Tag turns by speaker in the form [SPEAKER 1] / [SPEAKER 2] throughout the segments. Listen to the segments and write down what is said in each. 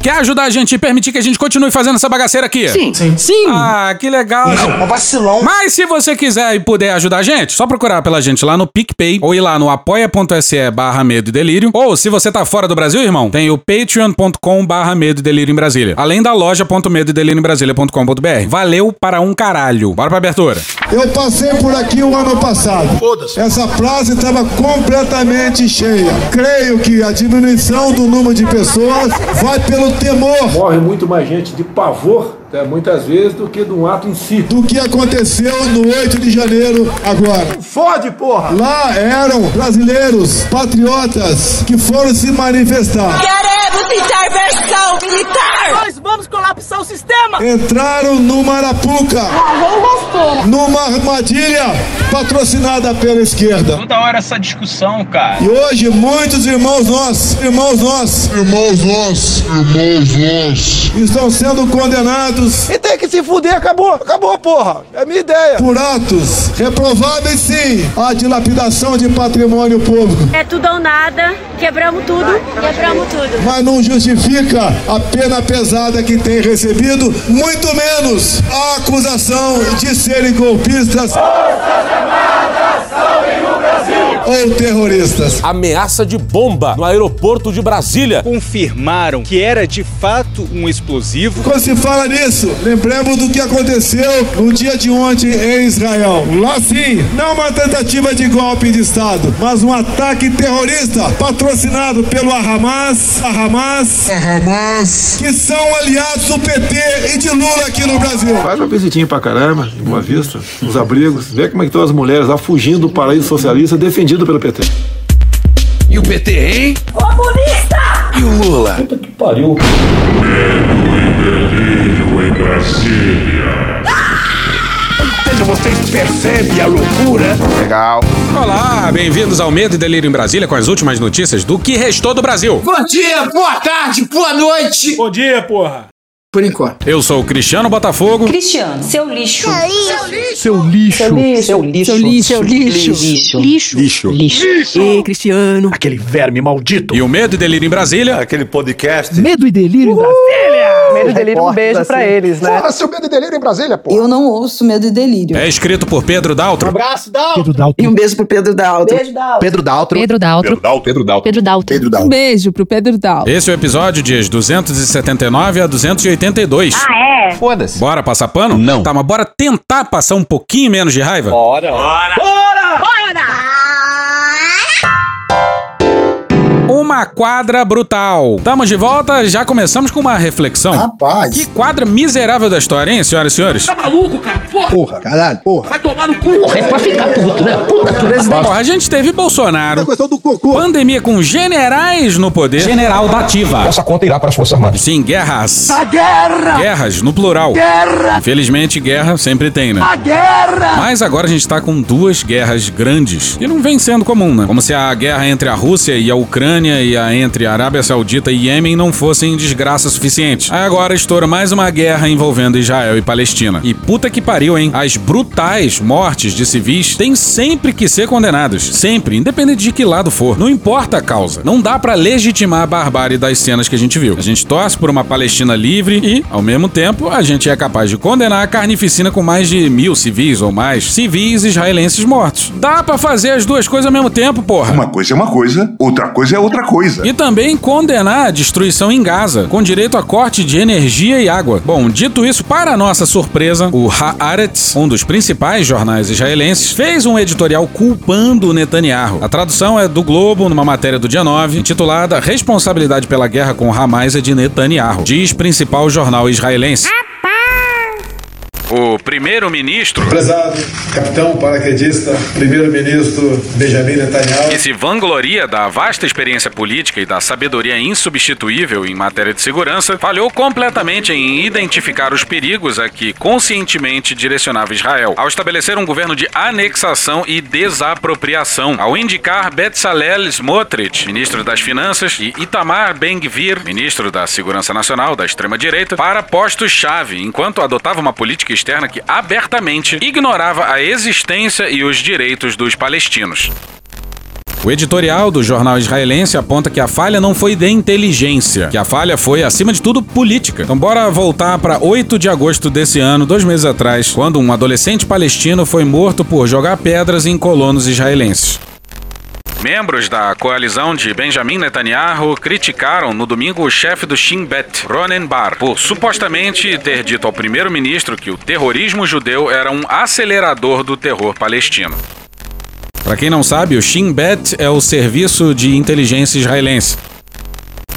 [SPEAKER 1] Quer ajudar a gente e permitir que a gente continue fazendo essa bagaceira aqui?
[SPEAKER 2] Sim.
[SPEAKER 3] Sim. Sim.
[SPEAKER 1] Ah, que legal.
[SPEAKER 3] Não, vacilão.
[SPEAKER 1] Mas se você quiser e puder ajudar a gente, só procurar pela gente lá no PicPay ou ir lá no apoia.se barra medo e delírio. Ou se você tá fora do Brasil, irmão, tem o patreon.com barra medo e delírio em Brasília. Além da loja.medo e delírio em Brasília.com.br. Valeu para um caralho. Bora pra abertura.
[SPEAKER 4] Eu passei por aqui o ano passado.
[SPEAKER 3] Foda-se.
[SPEAKER 4] Essa praça estava completamente cheia. Creio que a diminuição do número de pessoas vai pelo temor
[SPEAKER 5] Morre muito mais gente de pavor, né, muitas vezes, do que de um ato em si.
[SPEAKER 4] do que aconteceu no 8 de janeiro agora.
[SPEAKER 3] Fode, porra.
[SPEAKER 4] Lá eram brasileiros, patriotas, que foram se manifestar.
[SPEAKER 6] Queremos intervenção militar!
[SPEAKER 7] Nós vamos colapsar o sistema!
[SPEAKER 4] Entraram numa arapuca, numa armadilha patrocinada pela esquerda.
[SPEAKER 8] Toda hora essa discussão, cara.
[SPEAKER 4] E hoje muitos irmãos nossos, irmãos nossos, irmãos nossos, irmãos nossos, estão sendo condenados
[SPEAKER 3] E tem que se fuder, acabou. Acabou, porra. É minha ideia.
[SPEAKER 4] por atos reprováveis sim à dilapidação de patrimônio público,
[SPEAKER 9] É tudo ou nada, quebramos tudo, quebramos tudo.
[SPEAKER 4] mas não justifica a pena pesada que tem recebido, muito menos a acusação de serem golpistas ou terroristas.
[SPEAKER 10] Ameaça de bomba no aeroporto de Brasília.
[SPEAKER 8] Confirmaram que era de fato um explosivo.
[SPEAKER 4] Quando se fala nisso, lembremos do que aconteceu no dia de ontem em Israel. Lá sim, não uma tentativa de golpe de Estado, mas um ataque terrorista patrocinado pelo Hamas, a Hamas, Hamas, que são aliados do PT e de Lula aqui no Brasil.
[SPEAKER 5] Faz uma visitinha pra caramba, em Boa Vista, nos abrigos. Vê como é que estão as mulheres lá fugindo do paraíso socialista, defendido pelo PT.
[SPEAKER 10] E o PT, hein?
[SPEAKER 6] Comunista!
[SPEAKER 10] E o Lula?
[SPEAKER 3] Legal.
[SPEAKER 1] Olá, bem-vindos ao Medo e Delírio em Brasília com as últimas notícias do que restou do Brasil.
[SPEAKER 7] Bom dia, boa tarde, boa noite! Bom dia, porra! Por enquanto.
[SPEAKER 1] Eu sou o Cristiano Botafogo.
[SPEAKER 2] Cristiano, seu lixo.
[SPEAKER 7] Seu lixo. Seu lixo.
[SPEAKER 11] é
[SPEAKER 7] Seu lixo. Lixo. Lixo. Lixo. Ei, Cristiano.
[SPEAKER 3] Aquele verme maldito.
[SPEAKER 1] E o Medo e Delírio em Brasília
[SPEAKER 5] Aquele podcast.
[SPEAKER 7] Medo e delírio em
[SPEAKER 3] Medo e delírio, um beijo pra eles, né? Porra, seu medo e delírio em Brasília, porra.
[SPEAKER 9] Eu não ouço medo e delírio.
[SPEAKER 1] é escrito por Pedro
[SPEAKER 3] Um
[SPEAKER 1] Daltro.
[SPEAKER 7] E um beijo pro Pedro Dalto.
[SPEAKER 3] Pedro Daltro.
[SPEAKER 6] Pedro Daltro.
[SPEAKER 5] Pedro Dalton.
[SPEAKER 6] Pedro Daltro.
[SPEAKER 3] Pedro Daltro.
[SPEAKER 7] Beijo pro Pedro Dalto.
[SPEAKER 1] Esse é o episódio dias 279 a 282.
[SPEAKER 3] Ah, Foda-se.
[SPEAKER 1] Bora passar pano? Não. Tá, mas bora tentar passar um pouquinho menos de raiva?
[SPEAKER 8] Bora, bora.
[SPEAKER 1] Uma quadra brutal. Estamos de volta, já começamos com uma reflexão.
[SPEAKER 9] Tá
[SPEAKER 4] Rapaz.
[SPEAKER 1] Que quadra miserável da história, hein, senhoras e senhores?
[SPEAKER 7] Maluco, cara. Porra,
[SPEAKER 4] Porra, caralho, porra.
[SPEAKER 7] vai tomar no cu. É pra ficar puto, né?
[SPEAKER 1] Porra, a gente teve
[SPEAKER 4] A
[SPEAKER 1] Bolsonaro,
[SPEAKER 4] questão do cocô.
[SPEAKER 1] pandemia com generais no poder. General da ativa.
[SPEAKER 5] Essa conta irá para as Forças Armadas.
[SPEAKER 1] Sim, guerras. A guerra! Guerras, no plural. Guerra! Infelizmente, guerra sempre tem, né? A guerra! Mas agora a gente tá com duas guerras grandes, que não vem sendo comum, né? Como se a guerra entre a Rússia e a Ucrânia e a entre a Arábia Saudita e Iêmen não fossem desgraça suficiente. Aí Agora estoura mais uma guerra envolvendo Israel e Palestina. E puta que pariu, hein? As brutais mortes de civis têm sempre que ser condenadas. Sempre, independente de que lado for. Não importa a causa. Não dá pra legitimar a barbárie das cenas que a gente viu. A gente torce por uma Palestina livre e, ao mesmo tempo, a gente é capaz de condenar a carnificina com mais de mil civis ou mais civis israelenses mortos. Dá pra fazer as duas coisas ao mesmo tempo, porra.
[SPEAKER 4] Uma coisa é uma coisa, outra coisa é outra coisa.
[SPEAKER 1] E também condenar a destruição em Gaza, com direito a corte de energia e água. Bom, dito isso, para nossa surpresa, o Haaretz, um dos principais jornais israelenses, fez um editorial culpando o Netanyahu. A tradução é do Globo, numa matéria do dia 9, intitulada Responsabilidade pela Guerra com Hamas é de Netanyahu, diz principal jornal israelense. O primeiro-ministro
[SPEAKER 4] Prezado capitão paraquedista, primeiro-ministro Benjamin Netanyahu,
[SPEAKER 1] que se vangloria da vasta experiência política e da sabedoria insubstituível em matéria de segurança, falhou completamente em identificar os perigos a que conscientemente direcionava Israel, ao estabelecer um governo de anexação e desapropriação, ao indicar Betzalel Smotrich, ministro das Finanças, e Itamar Ben-Gvir, ministro da Segurança Nacional da extrema-direita, para postos-chave, enquanto adotava uma política externa que abertamente ignorava a existência e os direitos dos palestinos. O editorial do jornal israelense aponta que a falha não foi de inteligência, que a falha foi, acima de tudo, política. Então bora voltar para 8 de agosto desse ano, dois meses atrás, quando um adolescente palestino foi morto por jogar pedras em colonos israelenses. Membros da coalizão de Benjamin Netanyahu criticaram no domingo o chefe do Shin Bet, Ronen Bar, por supostamente ter dito ao primeiro-ministro que o terrorismo judeu era um acelerador do terror palestino. Para quem não sabe, o Shin Bet é o serviço de inteligência israelense.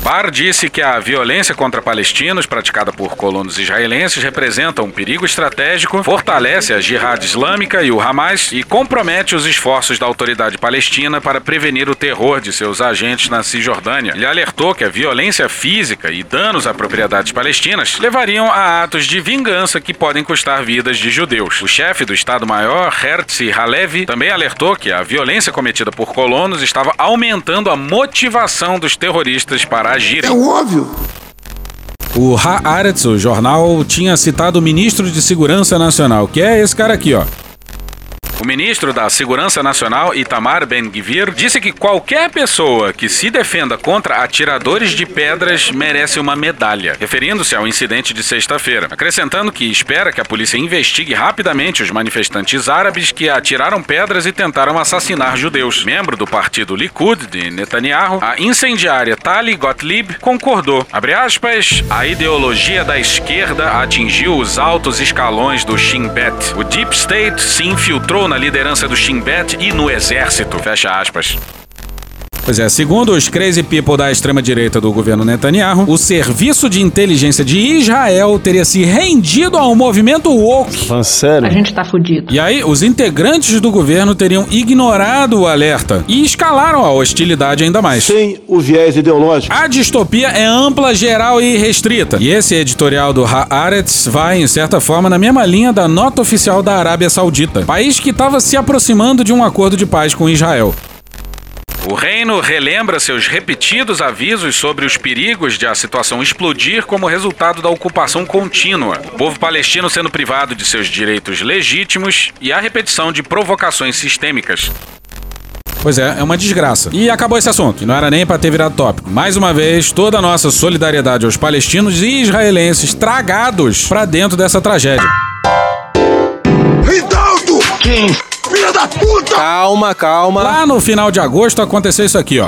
[SPEAKER 1] Bar disse que a violência contra palestinos praticada por colonos israelenses representa um perigo estratégico, fortalece a jihad islâmica e o Hamas e compromete os esforços da autoridade palestina para prevenir o terror de seus agentes na Cisjordânia. Ele alertou que a violência física e danos a propriedades palestinas levariam a atos de vingança que podem custar vidas de judeus. O chefe do Estado-Maior, Herzi Halevi, também alertou que a violência cometida por colonos estava aumentando a motivação dos terroristas para agirem.
[SPEAKER 5] É óbvio.
[SPEAKER 1] O Haaretz, o jornal, tinha citado o ministro de Segurança Nacional, que é esse cara aqui, ó. O ministro da Segurança Nacional, Itamar Ben-Gvir, disse que qualquer pessoa que se defenda contra atiradores de pedras merece uma medalha, referindo-se ao incidente de sexta-feira, acrescentando que espera que a polícia investigue rapidamente os manifestantes árabes que atiraram pedras e tentaram assassinar judeus. Membro do partido Likud de Netanyahu, a incendiária Tali Gottlieb concordou. Abre aspas, a ideologia da esquerda atingiu os altos escalões do Shin Bet. O Deep State se infiltrou na liderança do Shin Bet e no exército. Fecha aspas. Pois é, segundo os crazy people da extrema-direita do governo Netanyahu, o serviço de inteligência de Israel teria se rendido ao movimento woke.
[SPEAKER 2] A gente tá fudido.
[SPEAKER 1] E aí, os integrantes do governo teriam ignorado o alerta e escalaram a hostilidade ainda mais.
[SPEAKER 5] Sem o viés ideológico.
[SPEAKER 1] A distopia é ampla, geral e restrita. E esse editorial do Haaretz vai, em certa forma, na mesma linha da nota oficial da Arábia Saudita, país que estava se aproximando de um acordo de paz com Israel. O reino relembra seus repetidos avisos sobre os perigos de a situação explodir como resultado da ocupação contínua, o povo palestino sendo privado de seus direitos legítimos e a repetição de provocações sistêmicas. Pois é, é uma desgraça. E acabou esse assunto, que não era nem para ter virado tópico. Mais uma vez, toda a nossa solidariedade aos palestinos e israelenses tragados para dentro dessa tragédia.
[SPEAKER 5] Rinaldo! Quem? Filha da puta!
[SPEAKER 8] Calma, calma.
[SPEAKER 1] Lá no final de agosto aconteceu isso aqui, ó.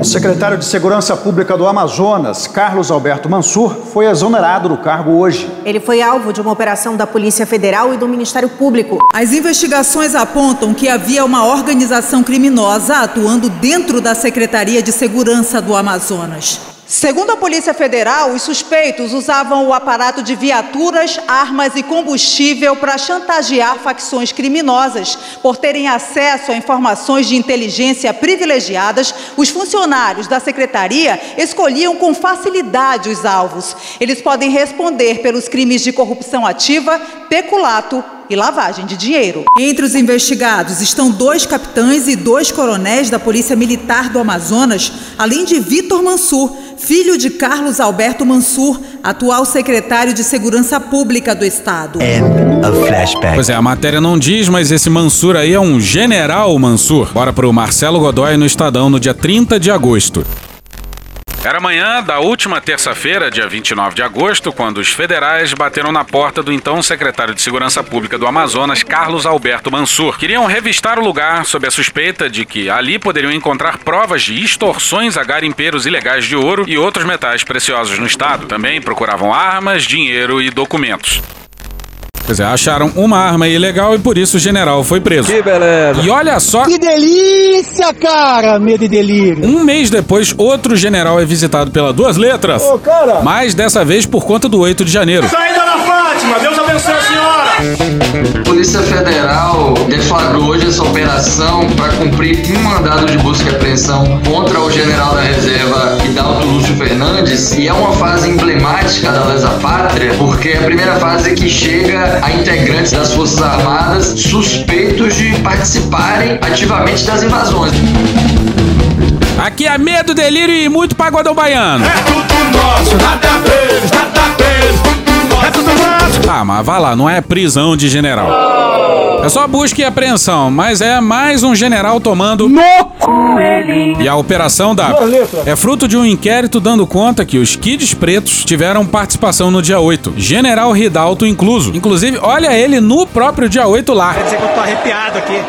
[SPEAKER 12] O secretário de Segurança Pública do Amazonas, Carlos Alberto Mansur, foi exonerado do cargo hoje.
[SPEAKER 13] Ele foi alvo de uma operação da Polícia Federal e do Ministério Público.
[SPEAKER 14] As investigações apontam que havia uma organização criminosa atuando dentro da Secretaria de Segurança do Amazonas.
[SPEAKER 15] Segundo a Polícia Federal, os suspeitos usavam o aparato de viaturas, armas e combustível para chantagear facções criminosas. Por terem acesso a informações de inteligência privilegiadas, os funcionários da secretaria escolhiam com facilidade os alvos. Eles podem responder pelos crimes de corrupção ativa, peculato e lavagem de dinheiro.
[SPEAKER 14] Entre os investigados estão dois capitães e dois coronéis da Polícia Militar do Amazonas, além de Vitor Mansur, filho de Carlos Alberto Mansur, atual secretário de Segurança Pública do Estado.
[SPEAKER 1] Pois é, a matéria não diz, mas esse Mansur aí é um general Mansur. Bora pro Marcelo Godoy no Estadão no dia 30 de agosto. Era manhã da última terça-feira, dia 29 de agosto, quando os federais bateram na porta do então secretário de Segurança Pública do Amazonas, Carlos Alberto Mansur. Queriam revistar o lugar sob a suspeita de que ali poderiam encontrar provas de extorsões a garimpeiros ilegais de ouro e outros metais preciosos no estado. Também procuravam armas, dinheiro e documentos. Pois é, acharam uma arma ilegal e por isso o general foi preso.
[SPEAKER 16] Que beleza.
[SPEAKER 1] E olha só.
[SPEAKER 17] Que delícia, cara! Medo e delírio.
[SPEAKER 1] Um mês depois, outro general é visitado pela duas letras.
[SPEAKER 17] Ô, cara!
[SPEAKER 1] Mas dessa vez por conta do 8 de janeiro.
[SPEAKER 18] Saída na Fátima! Deus abençoe a senhora!
[SPEAKER 19] Polícia Federal deflagrou hoje essa operação para cumprir um mandado de busca e apreensão contra o general da reserva Hidalgo Lúcio Fernandes. E é uma fase emblemática da Lesa Pátria, porque é a primeira fase que chega a integrantes das Forças Armadas suspeitos de participarem ativamente das invasões.
[SPEAKER 1] Aqui é medo, delírio e muito pagodão baiano.
[SPEAKER 18] É tudo nosso, nada deles, nada deles, tudo nosso. Oh. É tudo nosso.
[SPEAKER 1] Ah, mas vá lá, não é prisão de general. É É só busca e apreensão, mas é mais um general tomando no cu. E a operação da é fruto de um inquérito dando conta que os kids pretos tiveram participação no dia 8, General Ridalto incluso. Inclusive, olha ele no próprio dia 8 lá.
[SPEAKER 16] Quer dizer que eu tô arrepiado aqui.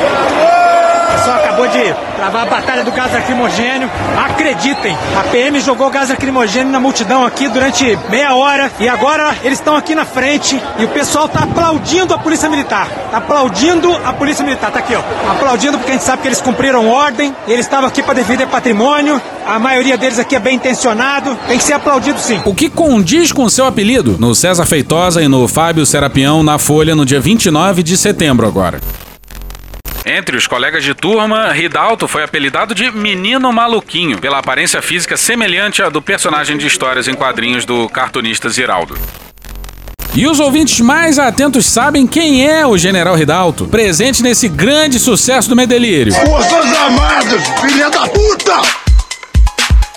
[SPEAKER 16] O pessoal acabou de travar a batalha do gás lacrimogênio. Acreditem, a PM jogou gás lacrimogênio na multidão aqui durante meia hora e agora eles estão aqui na frente e o pessoal tá aplaudindo a Polícia Militar. Tá aplaudindo a Polícia Militar, tá aqui ó. Aplaudindo porque a gente sabe que eles cumpriram ordem, eles estavam aqui para defender patrimônio. A maioria deles aqui é bem intencionado, tem que ser aplaudido sim.
[SPEAKER 1] O que condiz com seu apelido? No César Feitosa e no Fábio Serapião na Folha no dia 29 de setembro agora. Entre os colegas de turma, Ridalto foi apelidado de Menino Maluquinho, pela aparência física semelhante à do personagem de histórias em quadrinhos do cartunista Ziraldo. E os ouvintes mais atentos sabem quem é o General Ridalto, presente nesse grande sucesso do Medelírio.
[SPEAKER 18] Forças Armadas, filha da puta!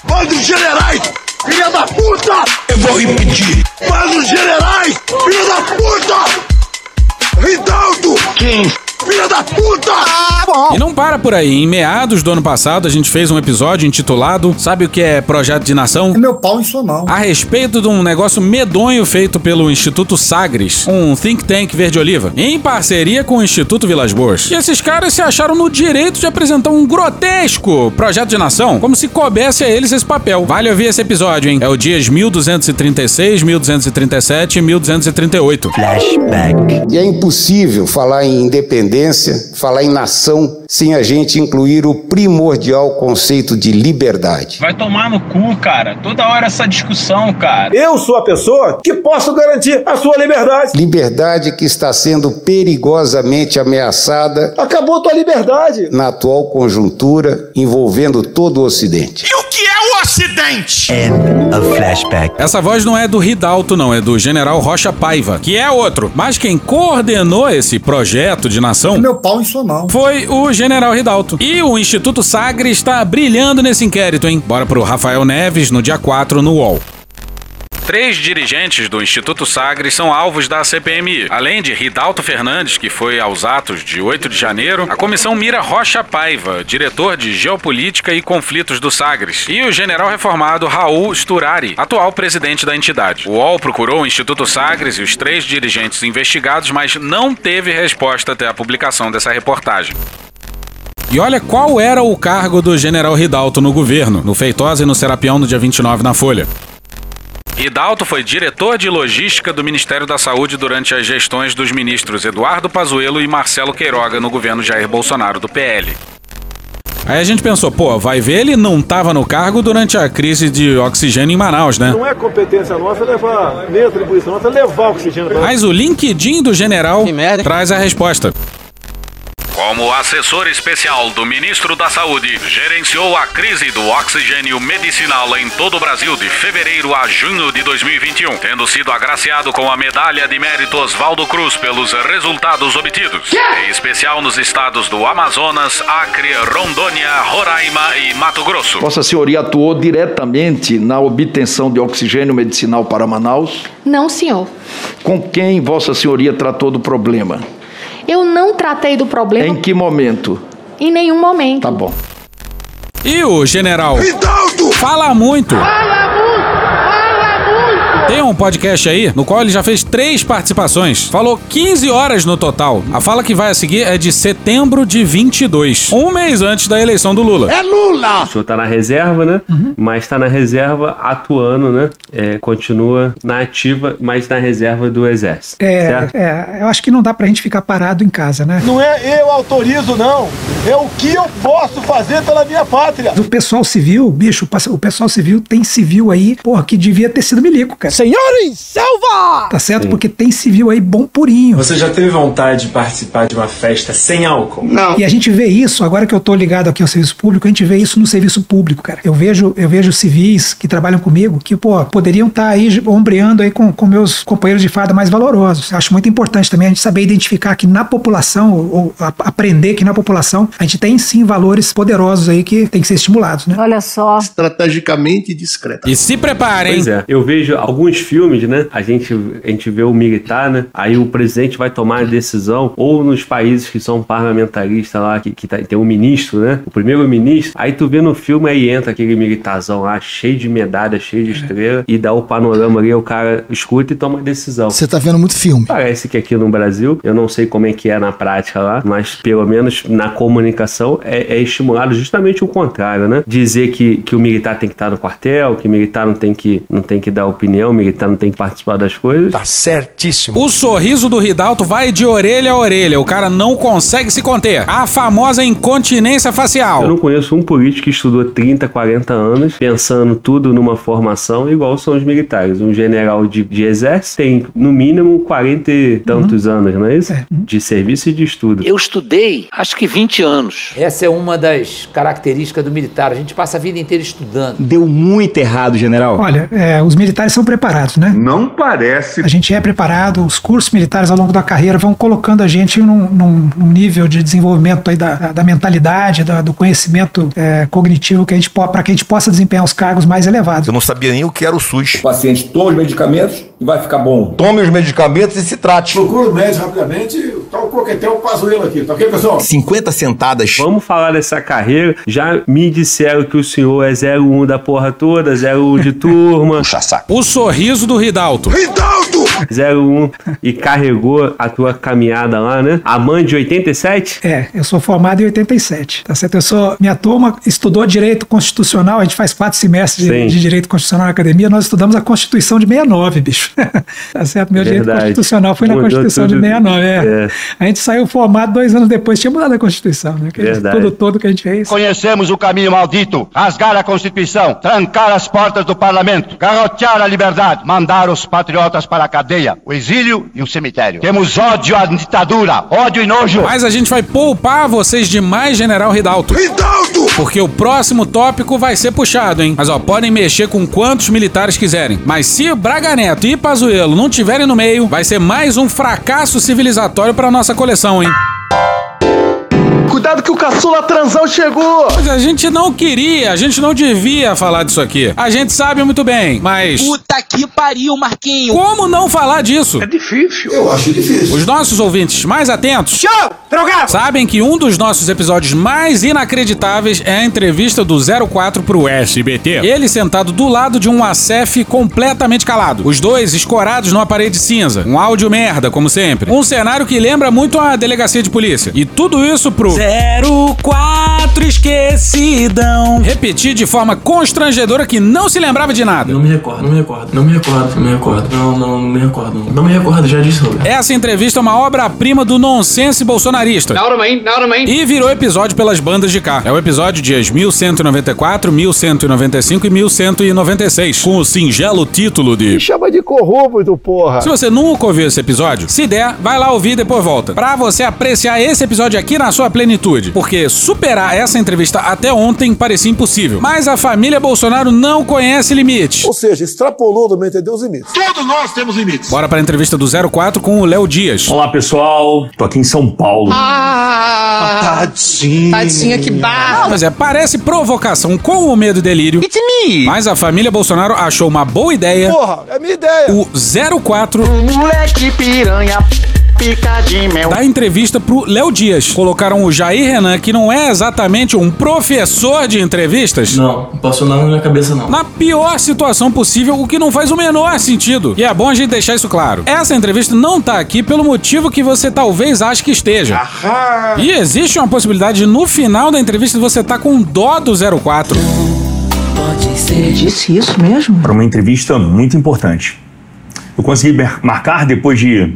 [SPEAKER 18] Bando de generais, filha da puta! Eu vou repetir. Bando de generais, filha da puta! Ridaldo! Quem? Filha da puta!
[SPEAKER 7] Ah,
[SPEAKER 1] E não para por aí. Em meados do ano passado, a gente fez um episódio intitulado Sabe o que é Projeto de Nação? É meu pau em sua mão. A respeito de um negócio medonho feito pelo Instituto Sagres, um think tank verde-oliva, em parceria com o Instituto Vilas Boas. E esses caras se acharam no direito de apresentar um grotesco Projeto de Nação, como se coubesse a eles esse papel. Vale ouvir esse episódio, hein? É o dias 1236, 1237 e 1238. Flashback.
[SPEAKER 20] E é impossível falar em independência, falar em nação, sem a gente incluir o primordial conceito de liberdade.
[SPEAKER 21] Vai tomar no cu, cara. Toda hora essa discussão, cara.
[SPEAKER 22] Eu sou a pessoa que posso garantir a sua liberdade.
[SPEAKER 20] Liberdade que está sendo perigosamente ameaçada
[SPEAKER 22] Acabou tua liberdade.
[SPEAKER 20] na atual conjuntura envolvendo todo o Ocidente.
[SPEAKER 18] E o que é o Ocidente?
[SPEAKER 1] Essa voz não é do Ridalto, não, é do General Rocha Paiva, que é outro. Mas quem coordenou esse projeto de nação. Meu pau em sua mão. Foi o General Ridalto. E o Instituto Sagres está brilhando nesse inquérito, hein? Bora pro Rafael Neves no dia 4 no UOL. Três dirigentes do Instituto Sagres são alvos da CPMI. Além de Ridalto Fernandes, que foi aos atos de 8 de janeiro, a comissão mira Rocha Paiva, diretor de Geopolítica e Conflitos do Sagres, e o general reformado Raul Sturari, atual presidente da entidade. O UOL procurou o Instituto Sagres e os três dirigentes investigados, mas não teve resposta até a publicação dessa reportagem. E olha qual era o cargo do general Ridalto no governo, no Feitosa e no Serapião no dia 29 na Folha. Ridalto foi diretor de logística do Ministério da Saúde durante as gestões dos ministros Eduardo Pazuello e Marcelo Queiroga no governo Jair Bolsonaro do PL. Aí a gente pensou, pô, vai ver ele não tava no cargo durante a crise de oxigênio em Manaus, né?
[SPEAKER 5] Não é competência nossa levar, nem atribuição nossa levar oxigênio pra
[SPEAKER 1] Mas o LinkedIn do general traz a resposta.
[SPEAKER 23] Como assessor especial do ministro da Saúde, gerenciou a crise do oxigênio medicinal em todo o Brasil de fevereiro a junho de 2021, tendo sido agraciado com a medalha de mérito Oswaldo Cruz pelos resultados obtidos, em especial nos estados do Amazonas, Acre, Rondônia, Roraima e Mato Grosso.
[SPEAKER 24] Vossa Senhoria atuou diretamente na obtenção de oxigênio medicinal para Manaus?
[SPEAKER 11] Não, senhor.
[SPEAKER 24] Com quem Vossa Senhoria tratou do problema?
[SPEAKER 11] Eu não tratei do problema
[SPEAKER 24] Em que momento?
[SPEAKER 11] em nenhum momento.
[SPEAKER 24] Tá bom.
[SPEAKER 1] E o general Ridalto fala muito. Tem um podcast aí no qual ele já fez três participações. Falou 15 horas no total. A fala que vai a seguir é de setembro de 22, um mês antes da eleição do Lula.
[SPEAKER 25] É Lula! O senhor tá na reserva, né? Mas tá na reserva atuando, né? É, continua na ativa, mas na reserva do exército.
[SPEAKER 26] É, é, eu acho que não dá pra gente ficar parado em casa, né?
[SPEAKER 4] Não é eu autorizo, não. É o que eu posso fazer pela minha pátria.
[SPEAKER 26] O pessoal civil, bicho, o passa- o pessoal civil tem civil aí, porra, que devia ter sido milico, cara. Senhores, selva! Tá certo? Porque tem civil aí bom purinho.
[SPEAKER 27] Você já teve vontade de participar de uma festa sem álcool? Não.
[SPEAKER 26] E a gente vê isso, agora que eu tô ligado aqui ao serviço público, a gente vê isso no serviço público, cara. Eu vejo, eu vejo civis que trabalham comigo que, pô, poderiam estar aí ombreando aí com, com meus companheiros de farda mais valorosos. Acho muito importante também a gente saber identificar que na população, ou, ou a- aprender que na população, a gente tem sim valores poderosos aí que tem que ser estimulados, né?
[SPEAKER 27] Olha só. Estrategicamente discreta.
[SPEAKER 1] E se preparem.
[SPEAKER 27] Pois é, eu vejo alguns
[SPEAKER 25] alguns filmes, né? A gente, a gente vê o militar, né? Aí o presidente vai tomar a decisão, ou nos países que são parlamentaristas lá, que, que tá- tem um ministro, né? O primeiro-ministro. Aí tu vê no filme, aí entra aquele militarzão lá, cheio de medalha, cheio de estrela, e dá o panorama ali, o cara escuta e toma a decisão.
[SPEAKER 2] Você tá vendo muito filme.
[SPEAKER 25] Parece que aqui no Brasil, eu não sei como é que é na prática lá, mas pelo menos na comunicação é, é estimulado justamente o contrário, né? Dizer que, que o militar tem que estar no quartel, que o militar não tem que, não tem que dar opinião, o militar não tem que participar das coisas. Tá certíssimo.
[SPEAKER 1] O sorriso do Ridalto vai de orelha a orelha. O cara não consegue se conter. A famosa incontinência facial.
[SPEAKER 25] Eu não conheço um político que estudou 30, 40 anos pensando tudo numa formação igual são os militares. Um general de, de exército tem no mínimo 40 e tantos anos, não é isso? De serviço e de estudo.
[SPEAKER 3] Eu estudei acho que 20 anos. Essa é uma das características do militar. A gente passa a vida inteira estudando.
[SPEAKER 6] Deu muito errado, general.
[SPEAKER 26] Olha, é, os militares são preparados, né?
[SPEAKER 6] Não parece.
[SPEAKER 26] A gente é preparado, os cursos militares ao longo da carreira vão colocando a gente num, num- num nível de desenvolvimento aí da, da- da mentalidade, da- do conhecimento é, cognitivo que a gente para que a gente possa desempenhar os cargos mais elevados.
[SPEAKER 7] Eu não sabia nem o que era o SUS. O paciente toma os medicamentos e vai ficar bom. Tome os medicamentos e se trate.
[SPEAKER 5] Procura o médico rapidamente, tá o coquetel pazuelo aqui, tá ok, pessoal?
[SPEAKER 7] 50 sentadas.
[SPEAKER 25] Vamos falar dessa carreira. Já me disseram que o senhor é 01 da porra toda, 01 de turma. Puxa saco.
[SPEAKER 1] O sorriso do Ridalto.
[SPEAKER 25] Ridalto! 01 e carregou a tua caminhada lá, né? A mãe de 87?
[SPEAKER 26] É, eu sou formado em 87, tá certo? Eu sou, minha turma estudou Direito Constitucional, a gente faz quatro semestres de,
[SPEAKER 25] Sim.
[SPEAKER 26] de Direito Constitucional na academia, nós estudamos a Constituição de 69, bicho. tá certo? Meu Direito
[SPEAKER 25] Verdade.
[SPEAKER 26] Constitucional foi na
[SPEAKER 25] Mudou
[SPEAKER 26] Constituição de
[SPEAKER 25] tudo.
[SPEAKER 26] 69, é.
[SPEAKER 25] É.
[SPEAKER 26] A gente saiu formado dois anos depois, tinha mudado a Constituição, né? Que
[SPEAKER 25] Verdade.
[SPEAKER 26] Tudo todo que a gente fez.
[SPEAKER 8] Conhecemos o caminho maldito, rasgar a Constituição, trancar as portas do parlamento, garrotear a liberdade, mandar os patriotas para a cadeia, o exílio e o cemitério. Temos ódio à ditadura, ódio e nojo.
[SPEAKER 1] Mas a gente vai poupar vocês demais, General Ridalto. Ridalto! Porque o próximo tópico vai ser puxado, hein? Mas ó, podem mexer com quantos militares quiserem. Mas se Braga Neto e Pazuello não tiverem no meio, vai ser mais um fracasso civilizatório pra nossa coleção, hein?
[SPEAKER 8] Cuidado que o caçula transão chegou!
[SPEAKER 1] Mas a gente não queria, a gente não devia falar disso aqui. A gente sabe muito bem, mas.
[SPEAKER 9] Puta que pariu, Marquinho.
[SPEAKER 1] Como não falar disso? É difícil. Eu acho difícil. Os nossos ouvintes mais atentos. Show! Drogado! Sabem que um dos nossos episódios mais inacreditáveis é a entrevista do 04 pro SBT. Ele sentado do lado de um ACF completamente calado. Os dois escorados numa parede cinza. Um áudio merda, como sempre. Um cenário que lembra muito a delegacia de polícia. E tudo isso pro 04 esquecidão. Repetir de forma constrangedora que não se lembrava de nada.
[SPEAKER 10] Não me recordo, não me recordo, não me recordo, não me recordo. Não, não, não me recordo. Não, não me recordo, já disse, Roberto.
[SPEAKER 1] Essa entrevista é uma obra-prima do nonsense bolsonarista.
[SPEAKER 10] Na hora, mãe, na hora, mãe.
[SPEAKER 1] E virou episódio pelas bandas de cá. É o episódio dias 1194, 1195 e 1196, com o singelo título de.
[SPEAKER 8] Chama de corrupto, porra!
[SPEAKER 1] Se você nunca ouviu esse episódio, se der, vai lá ouvir e depois volta. Pra você apreciar esse episódio aqui na sua plenitude. Porque superar essa entrevista até ontem parecia impossível. Mas a família Bolsonaro não conhece limites.
[SPEAKER 5] Ou seja, extrapolou do meu entender os limites. Todos nós temos limites.
[SPEAKER 1] Bora pra entrevista do 04 com o Léo Dias.
[SPEAKER 28] Olá, pessoal. Tô aqui em São Paulo.
[SPEAKER 9] Ah,
[SPEAKER 1] Tadinha.
[SPEAKER 9] Tadinha, que barra.
[SPEAKER 1] Mas é, parece provocação com o medo e delírio. It's me. Mas a família Bolsonaro achou uma boa ideia.
[SPEAKER 8] Porra, é minha ideia.
[SPEAKER 1] O 04
[SPEAKER 8] Moleque piranha, pica de mel.
[SPEAKER 1] da entrevista pro Léo Dias. Colocaram o Jair Renan, que não é exatamente um professor de entrevistas.
[SPEAKER 10] Não, não passou nada na minha cabeça, não.
[SPEAKER 1] Na pior situação possível, o que não faz o menor sentido. E é bom a gente deixar isso claro. Essa entrevista não tá aqui pelo motivo que você talvez ache que esteja. E existe uma possibilidade de, no final da entrevista você tá com dó do 04.
[SPEAKER 9] Pode ser. Disse isso mesmo?
[SPEAKER 28] Para uma entrevista muito importante. Eu consegui mar- marcar depois de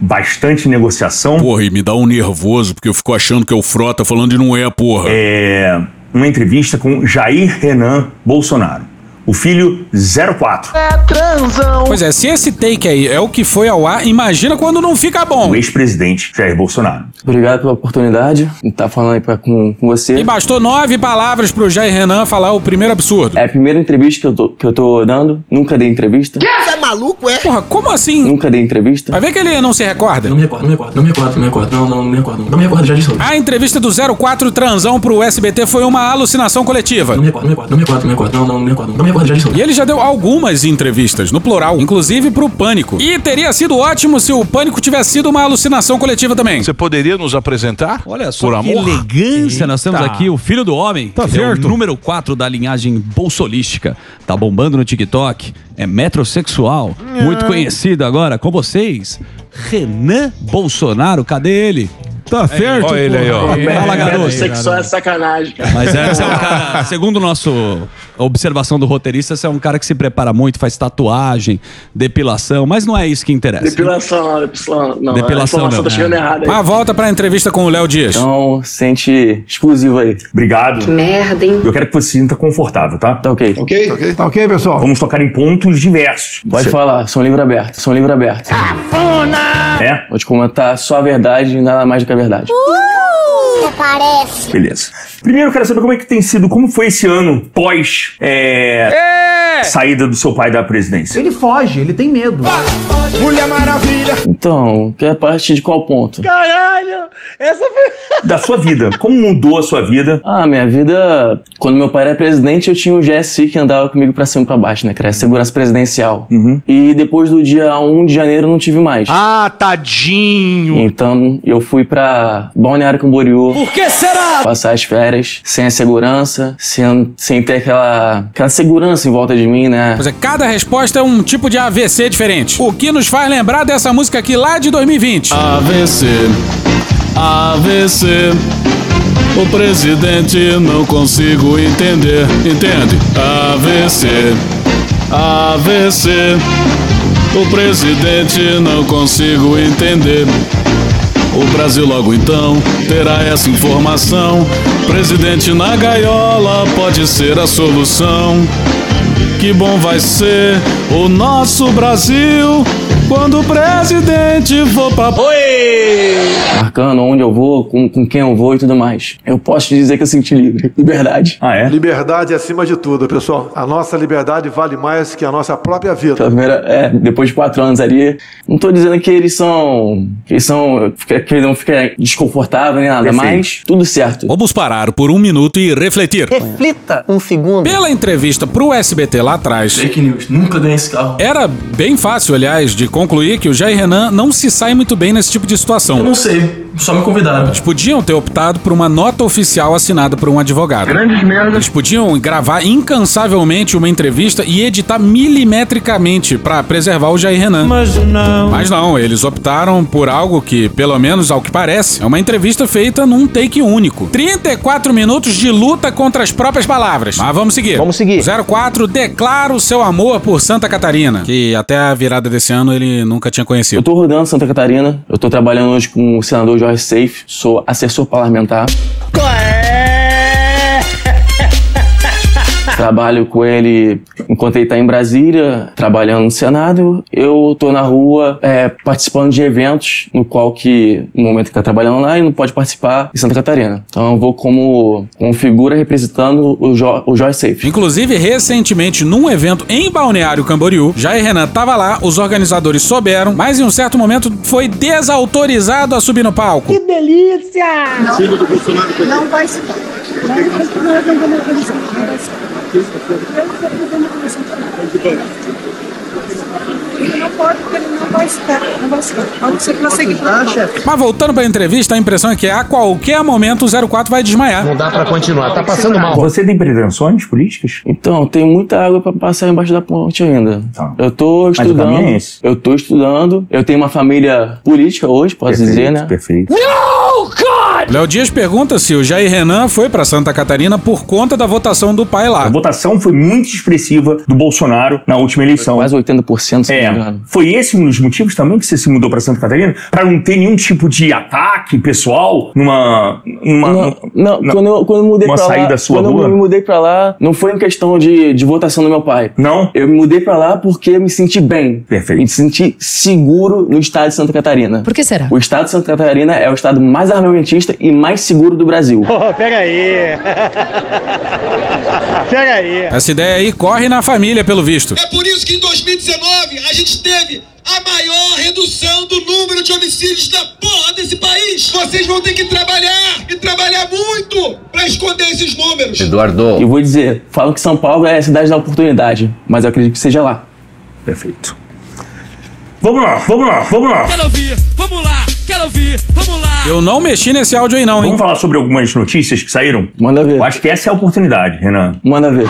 [SPEAKER 28] bastante negociação.
[SPEAKER 1] Porra, e me dá um nervoso, porque eu fico achando que é o Frota falando e não é, porra.
[SPEAKER 28] É. Uma entrevista com Jair Renan Bolsonaro, o filho 04.
[SPEAKER 8] É transão.
[SPEAKER 1] Pois é, se esse take aí é o que foi ao ar, imagina quando não fica bom.
[SPEAKER 28] O ex-presidente Jair Bolsonaro.
[SPEAKER 10] Obrigado pela oportunidade de estar falando aí pra, com, com você.
[SPEAKER 1] E bastou nove palavras pro Jair Renan falar o primeiro absurdo.
[SPEAKER 10] É a primeira entrevista que eu tô, que eu tô dando. Nunca dei entrevista.
[SPEAKER 9] Você é maluco, é?
[SPEAKER 1] Porra, como assim?
[SPEAKER 10] Nunca dei entrevista.
[SPEAKER 1] Vai ver que ele não se recorda.
[SPEAKER 10] Não me recordo, não me recordo, não me recordo, não me recordo. Não, não, não me recordo. Não, não me recordo, já disse, Roberto.
[SPEAKER 1] A entrevista do 04 Transão pro SBT foi uma alucinação coletiva.
[SPEAKER 10] Não me recordo, não me recordo, não me recordo, não me recordo. Não, não, não me recordo. Não me recordo, acordo já de saúde.
[SPEAKER 1] E ele já deu algumas entrevistas, no plural, inclusive pro Pânico. E teria sido ótimo se o Pânico tivesse sido uma alucinação coletiva também. Você
[SPEAKER 2] poderia nos apresentar? Olha só,
[SPEAKER 1] Por
[SPEAKER 2] que
[SPEAKER 1] amor?
[SPEAKER 2] elegância. Nós temos
[SPEAKER 1] Eita.
[SPEAKER 2] aqui o filho do homem,
[SPEAKER 1] Tá
[SPEAKER 2] que é
[SPEAKER 1] certo.
[SPEAKER 2] o número 4 da linhagem bolsolística. Tá bombando no TikTok, é metrosexual, muito conhecido agora com vocês, Renan Bolsonaro. Cadê ele? Tá
[SPEAKER 12] certo,
[SPEAKER 2] Olha ele aí, ó. Fala, garoto.
[SPEAKER 12] Sexual é sacanagem, cara.
[SPEAKER 2] Mas é, você é um cara, segundo o nosso a observação do roteirista, você é um cara que se prepara muito, faz tatuagem, depilação, mas não é isso que interessa.
[SPEAKER 12] Depilação, não, depilação não.
[SPEAKER 2] Depilação
[SPEAKER 12] a informação
[SPEAKER 2] não. é.
[SPEAKER 12] tá chegando errada aí.
[SPEAKER 1] Ah, volta pra entrevista com o Léo Dias.
[SPEAKER 2] Então, sente exclusivo aí.
[SPEAKER 28] Obrigado.
[SPEAKER 12] Que merda, hein?
[SPEAKER 28] Eu quero que você se sinta confortável, tá? Tá ok.
[SPEAKER 12] Ok?
[SPEAKER 5] Ok?
[SPEAKER 28] Tá ok, pessoal? Vamos tocar em pontos diversos.
[SPEAKER 13] Pode
[SPEAKER 28] Você-
[SPEAKER 13] falar, sou um livro aberto, sou um livro aberto.
[SPEAKER 28] É?
[SPEAKER 13] Vou te comentar só a verdade e nada mais do que a verdade.
[SPEAKER 14] Parece.
[SPEAKER 28] Beleza. Primeiro, eu quero saber como é que tem sido, como foi esse ano pós é, saída do seu pai da presidência.
[SPEAKER 13] Ele foge, ele tem medo.
[SPEAKER 12] Mulher Maravilha!
[SPEAKER 13] Então, quer partir de qual ponto?
[SPEAKER 12] Caralho! Essa foi.
[SPEAKER 28] Da sua vida, como mudou a sua vida?
[SPEAKER 13] Ah, minha vida. Quando meu pai era presidente, eu tinha um GSI que andava comigo pra cima e pra baixo, né, cara? Segurança presidencial.
[SPEAKER 28] Uhum.
[SPEAKER 13] E depois do dia 1 de janeiro eu não tive mais. Ah, tadinho! Então eu fui pra Balneário Camboriú. Por que será? Passar as férias, sem a segurança, sem, sem ter aquela, aquela segurança em volta de mim, né?
[SPEAKER 1] Pois é, cada resposta é um tipo de AVC diferente. O que nos faz lembrar dessa música aqui lá de 2020.
[SPEAKER 15] AVC, AVC. O presidente não consigo entender, entende? AVC, AVC. O presidente não consigo entender. O Brasil logo então terá essa informação. Presidente na gaiola pode ser a solução. Que bom vai ser o nosso Brasil quando o presidente for pra. Oi!
[SPEAKER 13] marcando onde eu vou, com, com quem eu vou e tudo mais. Eu posso te dizer que eu senti livre. Liberdade.
[SPEAKER 28] Ah, é?
[SPEAKER 5] Liberdade acima de tudo, pessoal. A nossa liberdade vale mais que a nossa própria vida.
[SPEAKER 13] Pela primeira, é, depois de quatro anos ali. Não tô dizendo que eles são. que eles são. que que eles não ficam desconfortáveis nem nada,
[SPEAKER 1] Perfeito.
[SPEAKER 13] mas tudo certo.
[SPEAKER 1] Vamos parar por um minuto e refletir.
[SPEAKER 13] Reflita um segundo.
[SPEAKER 1] Pela entrevista pro SBT lá atrás.
[SPEAKER 10] Fake news, nunca ganhei esse carro.
[SPEAKER 1] Era bem fácil, aliás, de concluir que o Jair Renan não se sai muito bem nesse tipo de situação. Eu
[SPEAKER 10] não sei, só me convidaram.
[SPEAKER 1] Eles podiam ter optado por uma nota oficial assinada por um advogado. Grandes merdas. Eles podiam gravar incansavelmente uma entrevista e editar milimetricamente pra preservar o Jair Renan. Mas não. Mas não, eles optaram por algo que, pelo menos ao que parece, é uma entrevista feita num take único. 34 minutos de luta contra as próprias palavras. Mas vamos seguir. Vamos seguir. 04 declara o seu amor por Santa Catarina, que até a virada desse ano ele nunca tinha conhecido.
[SPEAKER 13] Eu tô rodando Santa Catarina, eu tô trabalhando hoje com o senador Jorge Safe, sou assessor parlamentar. Trabalho com ele enquanto ele tá em Brasília, trabalhando no Senado. Eu tô na rua é, participando de eventos, no qual que, no momento que tá trabalhando lá, ele não pode participar em Santa Catarina. Então eu vou como, como figura representando o, jo o Joy Safe.
[SPEAKER 1] Inclusive, recentemente, num evento em Balneário Camboriú, Jair Renan tava lá, os organizadores souberam, mas em um certo momento foi desautorizado a subir no palco.
[SPEAKER 14] delícia! Não,
[SPEAKER 1] Filho do Bolsonaro, coitado.
[SPEAKER 14] não vai se dar. Não vai se dar, não vai organizar, não vai se dar. Não vai se dar, não vai se dar. Ele não pode, porque ele não vai se dar, não vai se dar. Pode ser que você que
[SPEAKER 1] Mas voltando pra entrevista, a impressão é que a qualquer momento o 04 vai desmaiar. Não
[SPEAKER 13] dá pra continuar, tá
[SPEAKER 1] passando mal.
[SPEAKER 28] Você tem pretensões políticas?
[SPEAKER 13] Então, tem muita água pra passar embaixo da ponte ainda. Eu tô
[SPEAKER 28] Tá. Mas o
[SPEAKER 13] estudando.
[SPEAKER 28] caminho é esse.
[SPEAKER 13] Eu tô estudando. Eu tenho uma família política hoje, posso dizer, né?
[SPEAKER 28] Perfeito.
[SPEAKER 1] Léo Dias pergunta se o Jair Renan foi pra Santa Catarina por conta da votação do pai lá.
[SPEAKER 28] A votação Então, foi muito expressiva do Bolsonaro na última eleição.
[SPEAKER 13] Quase 80%, se
[SPEAKER 28] é. Foi esse um dos motivos também que você se mudou para Santa Catarina? Para não ter nenhum tipo de ataque pessoal numa. numa
[SPEAKER 13] Não,
[SPEAKER 28] na-
[SPEAKER 13] quando, eu, quando eu mudei
[SPEAKER 28] uma
[SPEAKER 13] pra lá.
[SPEAKER 28] saída sua
[SPEAKER 13] quando
[SPEAKER 28] rua?
[SPEAKER 13] eu me mudei pra lá, não foi em questão de, de votação do meu pai.
[SPEAKER 28] Não?
[SPEAKER 13] Eu me mudei pra lá porque eu me senti bem.
[SPEAKER 28] Perfeito.
[SPEAKER 13] Me senti seguro no estado de Santa Catarina. Por
[SPEAKER 16] que será?
[SPEAKER 13] O estado de Santa Catarina é o estado mais armamentista e mais seguro do Brasil.
[SPEAKER 18] pega aí. pega aí.
[SPEAKER 1] Essa ideia aí corre na família, pelo visto.
[SPEAKER 18] É por isso que em 2019 a gente teve a maior redução do número de homicídios da porra desse país. Vocês vão ter que trabalhar e trabalhar muito pra esconder esses números.
[SPEAKER 13] Eduardo. E vou dizer, falam que São Paulo é a cidade da oportunidade, mas eu acredito que seja lá.
[SPEAKER 28] Perfeito. Vamos lá, vamos lá, vamos lá.
[SPEAKER 18] Quero ouvir, vamos lá, quero ouvir, vamos lá.
[SPEAKER 28] Eu não mexi nesse áudio aí, não, hein? Vamos falar sobre algumas notícias que saíram?
[SPEAKER 13] Manda ver.
[SPEAKER 28] Eu acho que essa é a oportunidade, Renan.
[SPEAKER 13] Manda ver.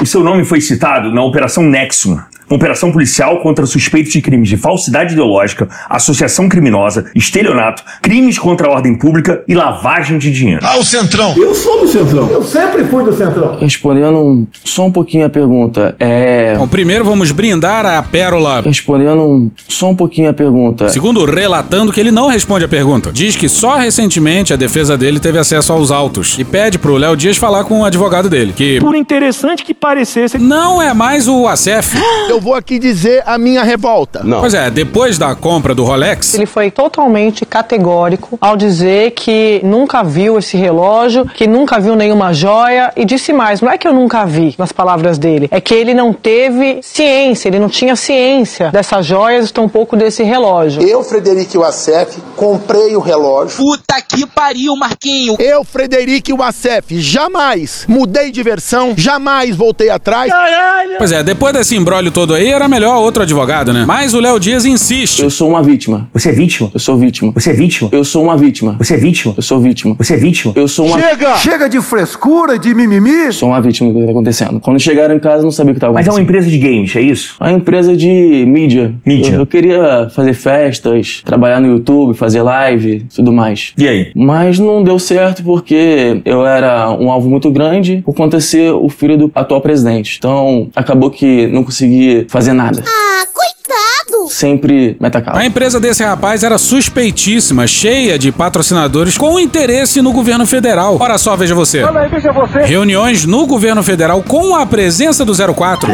[SPEAKER 28] O seu nome foi citado na Operação Nexum. uma Operação policial contra suspeitos de crimes de falsidade ideológica, associação criminosa, estelionato, crimes contra a ordem pública e lavagem de dinheiro.
[SPEAKER 13] Ah, o Centrão. Eu sou do Centrão. Eu sempre fui do Centrão. Respondendo um- só um pouquinho a pergunta, é...
[SPEAKER 1] Bom, primeiro vamos brindar a pérola.
[SPEAKER 13] Respondendo um- só um pouquinho a pergunta.
[SPEAKER 1] Segundo, relatando que ele não responde a pergunta. Diz que só recentemente a defesa dele teve acesso aos autos e pede pro Léo Dias falar com o advogado dele, que
[SPEAKER 16] Por interessante que parecesse.
[SPEAKER 1] Não é mais o ACF.
[SPEAKER 16] Eu vou aqui dizer a minha revolta.
[SPEAKER 1] Pois é, depois da compra do Rolex,
[SPEAKER 17] Ele foi totalmente categórico ao dizer que nunca viu esse relógio, que nunca viu nenhuma joia e disse mais, não é que eu nunca vi, nas palavras dele, é que ele não teve ciência, ele não tinha ciência dessas joias, tampouco desse relógio.
[SPEAKER 16] Eu, Frederico Wassef, comprei o relógio. Puta que pariu, Marquinho. Eu, Frederico Wassef, jamais mudei de versão, jamais voltei atrás. Caralho!
[SPEAKER 1] Pois é, depois desse embrólio todo aí, era melhor outro advogado, né? Mas o Léo Dias insiste.
[SPEAKER 13] Eu sou uma vítima.
[SPEAKER 28] Você é vítima?
[SPEAKER 13] Eu sou vítima.
[SPEAKER 28] Você é vítima?
[SPEAKER 13] Eu sou uma vítima.
[SPEAKER 28] Você é vítima?
[SPEAKER 13] Eu sou vítima.
[SPEAKER 28] Você é vítima?
[SPEAKER 13] Eu sou uma...
[SPEAKER 28] Chega de frescura, de mimimi!
[SPEAKER 13] Sou uma vítima do que tá acontecendo. Quando chegaram em casa, não sabia o que tava
[SPEAKER 28] Mas é
[SPEAKER 13] acontecendo.
[SPEAKER 28] uma empresa de games, é isso?
[SPEAKER 13] É uma empresa de mídia.
[SPEAKER 28] Mídia.
[SPEAKER 13] Eu, eu queria fazer festas, trabalhar no YouTube, fazer live, tudo mais.
[SPEAKER 28] E aí?
[SPEAKER 13] Mas não deu certo porque eu era um alvo muito grande por conta de ser o filho do atual presidente. Então acabou que não consegui fazer nada. Ah, coitado! Sempre me atacava.
[SPEAKER 1] A empresa desse rapaz era suspeitíssima, cheia de patrocinadores com interesse no governo federal. Olha só, veja você.
[SPEAKER 14] Olha aí, veja você.
[SPEAKER 1] Reuniões no governo federal com a presença do 04.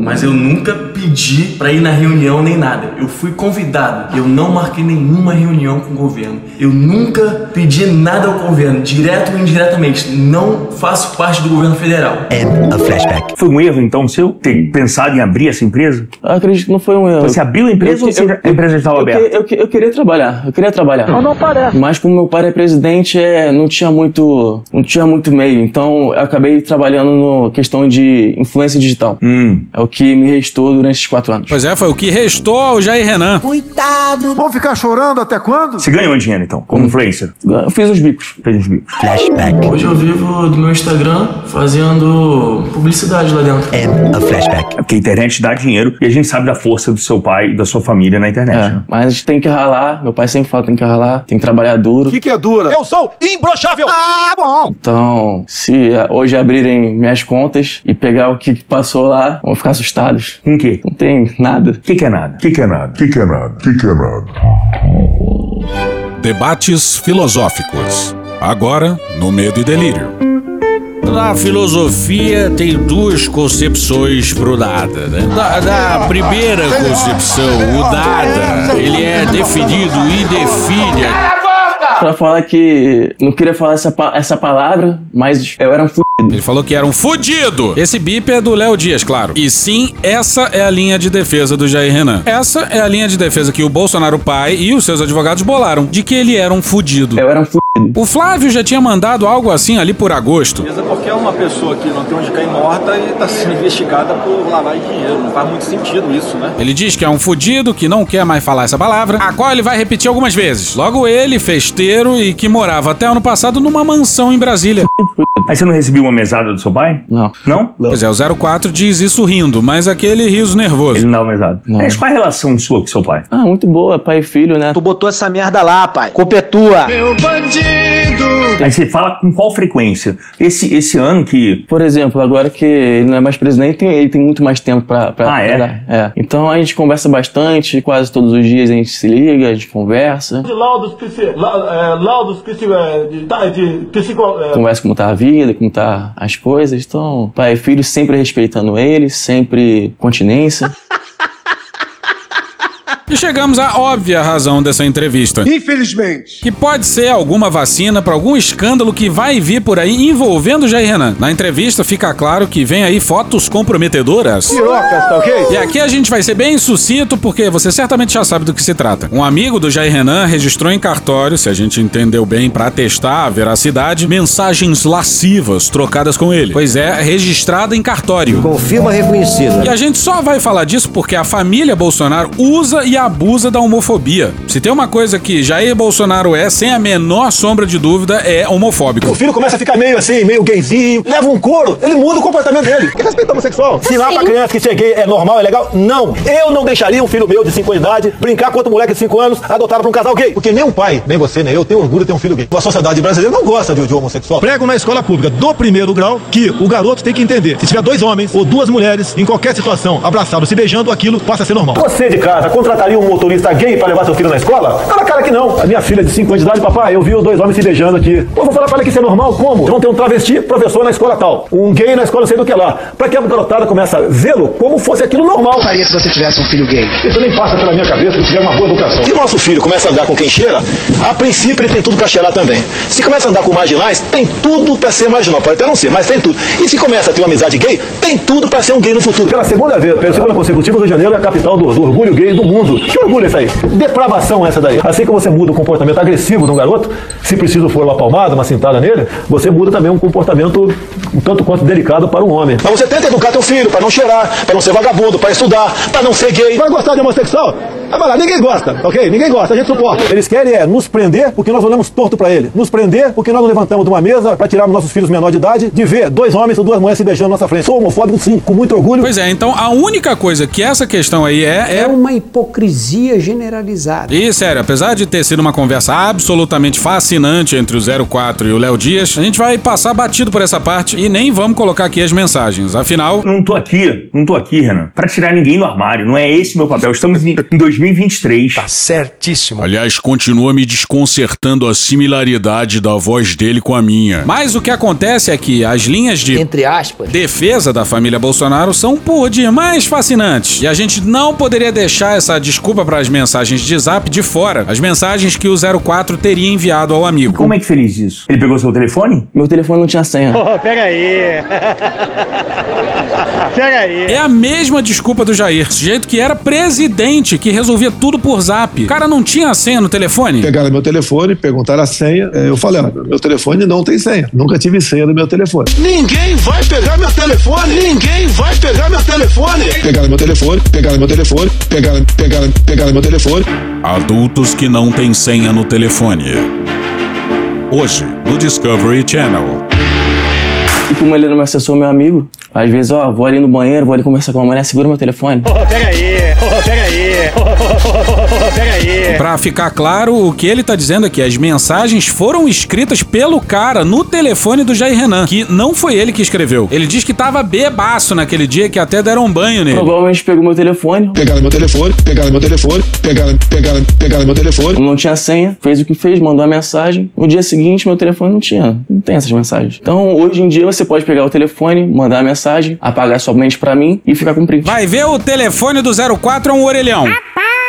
[SPEAKER 10] Mas eu nunca pedi pra ir na reunião nem nada. Eu fui convidado. Eu não marquei nenhuma reunião com o governo. Eu nunca pedi nada ao governo, direto ou indiretamente. Não faço parte do governo federal.
[SPEAKER 28] End of flashback. Foi um erro, então, seu ter pensado em abrir essa empresa?
[SPEAKER 13] Eu acredito que não foi um erro.
[SPEAKER 28] Você abriu a empresa
[SPEAKER 13] Eu-
[SPEAKER 28] ou você
[SPEAKER 13] eu-
[SPEAKER 28] já- a empresa já estava
[SPEAKER 13] eu,
[SPEAKER 28] aberta?
[SPEAKER 13] que- eu, que- eu queria trabalhar, eu queria trabalhar.
[SPEAKER 17] Mas não parece.
[SPEAKER 13] Mas como meu pai é presidente, é, não tinha muito, não tinha muito meio. Então eu acabei trabalhando no questão de influência digital.
[SPEAKER 28] Hum.
[SPEAKER 13] É o que me restou durante esses quatro anos.
[SPEAKER 1] Pois é, foi o que restou ao Jair Renan.
[SPEAKER 17] Coitado.
[SPEAKER 28] Vão ficar chorando até quando? Você ganhou dinheiro, então, como influencer?
[SPEAKER 13] Eu fiz uns bicos.
[SPEAKER 28] Fez uns bicos. Flashback.
[SPEAKER 10] Hoje eu vivo do meu Instagram fazendo publicidade lá dentro.
[SPEAKER 28] End of flashback. É porque a internet dá dinheiro e a gente sabe da força do seu pai e da sua família na internet. né?
[SPEAKER 13] Mas tem que ralar, meu pai sempre fala, tem que ralar, tem que trabalhar duro.
[SPEAKER 28] que é dura? Eu sou imbrochável! Ah, bom!
[SPEAKER 13] Então, se ah, hoje abrirem minhas contas e pegar o que passou lá, vão ficar assustados.
[SPEAKER 28] Com o quê?
[SPEAKER 13] Não tem nada. O
[SPEAKER 28] que, é nada? O que, é nada? O que, é nada? O que, é nada?
[SPEAKER 1] Debates filosóficos. Agora, no Medo e Delírio.
[SPEAKER 19] Na filosofia tem duas concepções pro nada, né? Na, na primeira concepção, o nada, ele é definido e define
[SPEAKER 13] Pra falar que não queria falar essa, pa- essa palavra, mas eu era um fudido.
[SPEAKER 1] Ele falou que era um fudido. Esse bip é do Léo Dias, claro. E sim, essa é a linha de defesa do Jair Renan. Essa é a linha de defesa que o Bolsonaro pai e os seus advogados bolaram, de que ele era um fudido.
[SPEAKER 13] Eu era um fudido.
[SPEAKER 1] O Flávio já tinha mandado algo assim ali por agosto.
[SPEAKER 20] Qualquer é uma pessoa que não tem onde cair morta e está sendo investigada por lavar dinheiro. Não faz muito sentido isso, né?
[SPEAKER 1] Ele diz que é um fudido, que não quer mais falar essa palavra, a qual ele vai repetir algumas vezes. Logo ele, festeiro e que morava até ano passado numa mansão em Brasília.
[SPEAKER 28] Aí você não recebeu uma mesada do seu pai?
[SPEAKER 13] Não.
[SPEAKER 28] Não?
[SPEAKER 1] Pois é, o 04 diz isso rindo, mas aquele riso nervoso.
[SPEAKER 28] Ele não dá uma mesada. Mas qual é a relação sua com seu pai?
[SPEAKER 13] Ah, muito boa, pai e filho, né? Tu botou essa merda lá, pai. Culpa é tua.
[SPEAKER 19] Meu bandido!
[SPEAKER 28] Aí você fala com qual frequência? Esse, esse ano que.
[SPEAKER 13] Por exemplo, agora que ele não é mais presidente, tem- ele tem muito mais tempo pra, pra
[SPEAKER 28] Ah, é?
[SPEAKER 13] pra dar. é? Então a gente conversa bastante, quase todos os dias a gente se liga, a gente conversa.
[SPEAKER 21] Laudos, psi- la- eh, laudos psi- eh, de- tá, de- psico- eh,
[SPEAKER 13] Conversa como tá a vida, como tá as coisas. Então, pai e filho sempre respeitando ele, sempre continência.
[SPEAKER 1] E chegamos à óbvia razão dessa entrevista. Infelizmente. Que pode ser alguma vacina para algum escândalo que vai vir por aí envolvendo Jair Renan. Na entrevista fica claro que vem aí fotos comprometedoras.
[SPEAKER 3] Pirocas, tá ok?
[SPEAKER 1] E aqui a gente vai ser bem sucinto, porque você certamente já sabe do que se trata. Um amigo do Jair Renan registrou em cartório, se a gente entendeu bem, para testar a veracidade, mensagens lascivas trocadas com ele. Pois é, registrada em cartório.
[SPEAKER 3] Confirma reconhecida.
[SPEAKER 1] E a gente só vai falar disso porque a família Bolsonaro usa e abusa da homofobia. Se tem uma coisa que Jair Bolsonaro é, sem a menor sombra de dúvida, é homofóbico.
[SPEAKER 3] O filho começa a ficar meio assim, meio gayzinho, leva um couro, ele muda o comportamento dele. Que respeita homossexual. Se lá pra criança que ser gay é normal, é legal, não. Eu não deixaria um filho meu de 5 anos de idade brincar com outro moleque de 5 anos adotado por um casal gay. Porque nem um pai, nem você, nem eu, tem orgulho de ter um filho gay. A sociedade brasileira não gosta de, de homossexual. Prego na escola pública do primeiro grau que o garoto tem que entender. Se tiver dois homens ou duas mulheres, em qualquer situação, abraçados, se beijando, aquilo passa a ser normal. Você de casa contrataria um motorista gay pra levar seu filho na escola? Tá na cara que não. A minha filha de 5 anos de idade, papai, eu vi os dois homens se beijando aqui. Pô, vou falar pra ela que isso é normal? Como? Vão ter um travesti professor na escola tal, um gay na escola não sei do que lá. Pra que a garotada começa a vê-lo como fosse aquilo normal. Faria se você tivesse um filho gay. Isso nem passa pela minha cabeça que tiver uma boa educação. Se o nosso filho começa a andar com quem cheira, a princípio ele tem tudo pra cheirar também. Se começa a andar com marginais, tem tudo pra ser marginal. Pode até não ser, mas tem tudo. E se começa a ter uma amizade gay, tem tudo pra ser um gay no futuro. Pela segunda vez, pela segunda consecutiva, o Rio de Janeiro é a capital do, do orgulho gay do mundo. Que orgulho é isso aí? Depravação é essa daí. Assim que você muda o comportamento agressivo de um garoto, se preciso for uma palmada, uma cintada nele, você muda também um comportamento um tanto quanto delicado para um homem. Mas você tenta educar teu filho para não cheirar, para não ser vagabundo, para estudar, para não ser gay. Vai gostar de homossexual? Ah, Vai lá, ninguém gosta, ok? Ninguém gosta, a gente suporta. Eles querem é nos prender porque nós olhamos torto para ele. Nos prender porque nós não levantamos de uma mesa para tirarmos nossos filhos menores de idade de ver dois homens ou duas mulheres se beijando na nossa frente. Sou homofóbico, sim, com muito orgulho.
[SPEAKER 1] Pois é, então a única coisa que essa questão aí é. é...
[SPEAKER 4] uma hipocrisia generalizada.
[SPEAKER 1] E sério, apesar de ter sido uma conversa absolutamente fascinante entre o 04 e o Léo Dias, a gente vai passar batido por essa parte e nem vamos colocar aqui as mensagens. Afinal.
[SPEAKER 28] Não tô aqui, não tô aqui, Renan, pra tirar ninguém do armário. Não é esse meu papel. Estamos em em 2023. Tá certíssimo.
[SPEAKER 15] Aliás, continua me desconcertando a similaridade da voz dele com a minha.
[SPEAKER 1] Mas o que acontece é que as linhas de entre aspas defesa da família Bolsonaro são por demais fascinantes. E a gente não poderia deixar essa desculpa para as mensagens de zap de fora, as mensagens que o 04 teria enviado ao amigo.
[SPEAKER 28] Como é que feliz isso? Ele pegou seu telefone?
[SPEAKER 13] Meu telefone não tinha senha.
[SPEAKER 4] Pô, pega aí. pega aí.
[SPEAKER 1] É a mesma desculpa do Jair, sujeito que era presidente, que resolvia tudo por zap. O cara não tinha a senha no telefone?
[SPEAKER 5] Pegaram meu telefone, perguntaram a senha. é, Eu falei, "Olha, meu telefone não tem senha. Nunca tive senha no meu telefone.
[SPEAKER 18] Ninguém vai pegar meu telefone, ninguém vai pegar meu telefone.
[SPEAKER 5] Pegaram meu telefone, pegaram meu telefone, pegaram, pegaram, pegaram meu telefone.
[SPEAKER 15] Adultos que não têm senha no telefone. Hoje, no Discovery Channel.
[SPEAKER 13] E como ele era meu assessor, meu amigo, às vezes, ó, vou ali no banheiro, vou ali conversar com a mulher, segura meu telefone.
[SPEAKER 4] Pô, pega aí. Pô, pega aí. Pô, pega aí.
[SPEAKER 1] Pra ficar claro, o que ele tá dizendo é que as mensagens foram escritas pelo cara no telefone do Jair Renan, que não foi ele que escreveu. Ele diz que tava bebaço naquele dia, que até deram um banho nele.
[SPEAKER 13] Provavelmente pegou meu telefone.
[SPEAKER 5] Pegaram meu telefone, pegaram meu telefone, pegaram, pegaram, pegaram meu telefone.
[SPEAKER 13] Não tinha senha, fez o que fez, mandou a mensagem. No dia seguinte, meu telefone não tinha. Não tem essas mensagens. Então, hoje em dia, você pode pegar o telefone, mandar a mensagem, apagar somente pra mim e ficar com print.
[SPEAKER 1] Vai ver o telefone do 04 é um orelhão.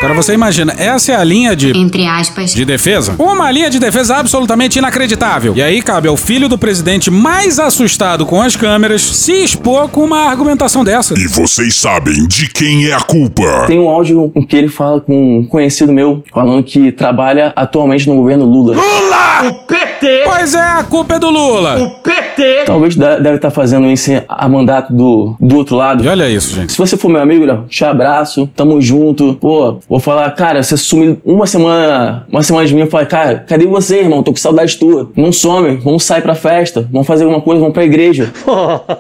[SPEAKER 1] Agora você imagina, essa é a linha de.
[SPEAKER 6] Entre aspas.
[SPEAKER 1] De defesa? Uma linha de defesa absolutamente inacreditável. E aí cabe ao filho do presidente mais assustado com as câmeras se expor com uma argumentação dessa.
[SPEAKER 15] E vocês sabem de quem é a culpa.
[SPEAKER 13] Tem um áudio em que ele fala com um conhecido meu, falando que trabalha atualmente no governo Lula.
[SPEAKER 1] Lula! O PT! Pois é, a culpa é do Lula. O PT!
[SPEAKER 13] Talvez da- deve estar fazendo isso a mandato do, do outro lado. E
[SPEAKER 1] olha isso, gente.
[SPEAKER 13] Se você for meu amigo, Léo, te abraço, tamo junto. Pô, vou falar, cara, você sumiu uma semana, uma semana de mim, eu falei, cara, cadê você, irmão? Tô com saudade tua. Não some, vamos sair pra festa, vamos fazer alguma coisa, vamos pra igreja.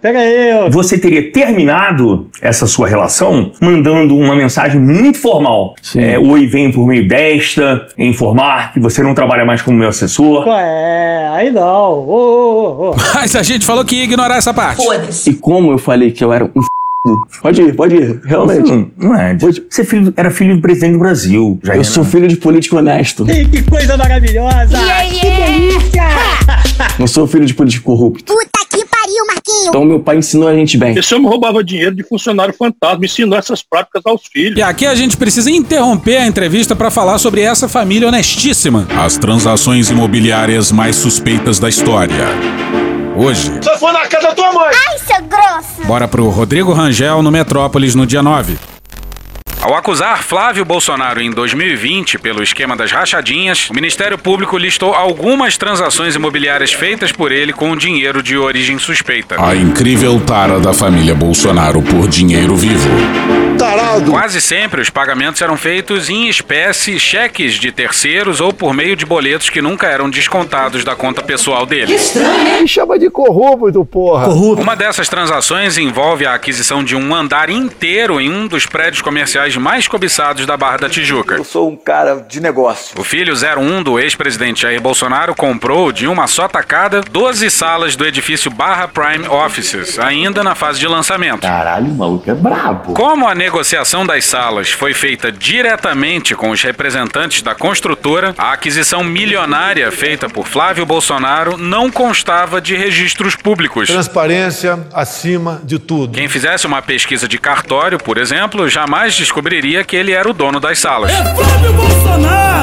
[SPEAKER 4] Pega aí, ó.
[SPEAKER 28] Você teria terminado essa sua relação mandando uma mensagem muito formal. É, Oi, venho por meio desta, informar que você não trabalha mais como meu assessor.
[SPEAKER 4] Qual é? Aí não. Ô, ô, ô, ô.
[SPEAKER 1] Mas a gente falou que ia ignorar essa parte.
[SPEAKER 13] E como eu falei que eu era um f***, pode ir, pode ir, realmente.
[SPEAKER 28] Você não- não é. Você é filho- era filho do presidente do Brasil. Jair
[SPEAKER 13] Eu sou filho de político honesto.
[SPEAKER 4] Ih, Que coisa maravilhosa. Que delícia.
[SPEAKER 13] é? Não sou filho de político corrupto.
[SPEAKER 6] Puta que pariu, Marquinhos!
[SPEAKER 13] Então meu pai ensinou a gente bem.
[SPEAKER 6] Esse homem roubava dinheiro de funcionário fantasma, ensinou essas práticas aos filhos.
[SPEAKER 1] E aqui a gente precisa interromper a entrevista para falar sobre essa família honestíssima.
[SPEAKER 15] As transações imobiliárias mais suspeitas da história.
[SPEAKER 1] Hoje,
[SPEAKER 18] Você foi na casa da tua mãe! Ai, seu grosso!
[SPEAKER 1] bora pro Rodrigo Rangel no Metrópolis no dia 9. Ao acusar Flávio Bolsonaro em 2020 pelo esquema das rachadinhas, o Ministério Público listou algumas transações imobiliárias feitas por ele com dinheiro de origem suspeita.
[SPEAKER 15] A incrível tara da família Bolsonaro por dinheiro vivo.
[SPEAKER 1] Quase sempre os pagamentos eram feitos em espécie, cheques de terceiros ou por meio de boletos que nunca eram descontados da conta pessoal dele.
[SPEAKER 16] Me chama de corrupto, porra.
[SPEAKER 1] Uma dessas transações envolve a aquisição de um andar inteiro em um dos prédios comerciais mais cobiçados da Barra da Tijuca. Eu sou um cara de negócio. O filho 01 do ex-presidente Jair Bolsonaro comprou, de uma só tacada, 12 salas do edifício Barra Prime Offices, ainda na fase de lançamento.
[SPEAKER 18] Caralho, o maluco é brabo.
[SPEAKER 1] Como a negociação das salas foi feita diretamente com os representantes da construtora, a aquisição milionária feita por Flávio Bolsonaro não constava de registros públicos.
[SPEAKER 5] Transparência acima de tudo.
[SPEAKER 1] Quem fizesse uma pesquisa de cartório, por exemplo, jamais descobriria que ele era o dono das salas.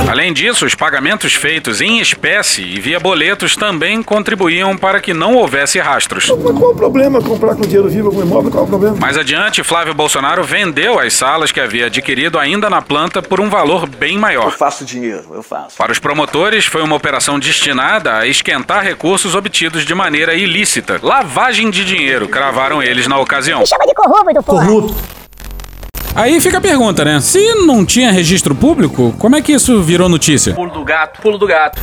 [SPEAKER 1] Além disso, os pagamentos feitos em espécie e via boletos também contribuíam para que não houvesse rastros.
[SPEAKER 5] Mas qual o problema comprar com dinheiro vivo algum imóvel? Qual o problema?
[SPEAKER 1] Mais adiante, Flávio Bolsonaro vendeu as salas que havia adquirido ainda na planta por um valor bem maior. Eu faço dinheiro, eu faço. Para os promotores, foi uma operação destinada a esquentar recursos obtidos de maneira ilícita. Lavagem de dinheiro, cravaram eles na ocasião.
[SPEAKER 18] corrupto, porra!
[SPEAKER 1] Aí fica a pergunta, né? Se não tinha registro público, como é que isso virou notícia?
[SPEAKER 10] Pulo do gato, pulo do gato.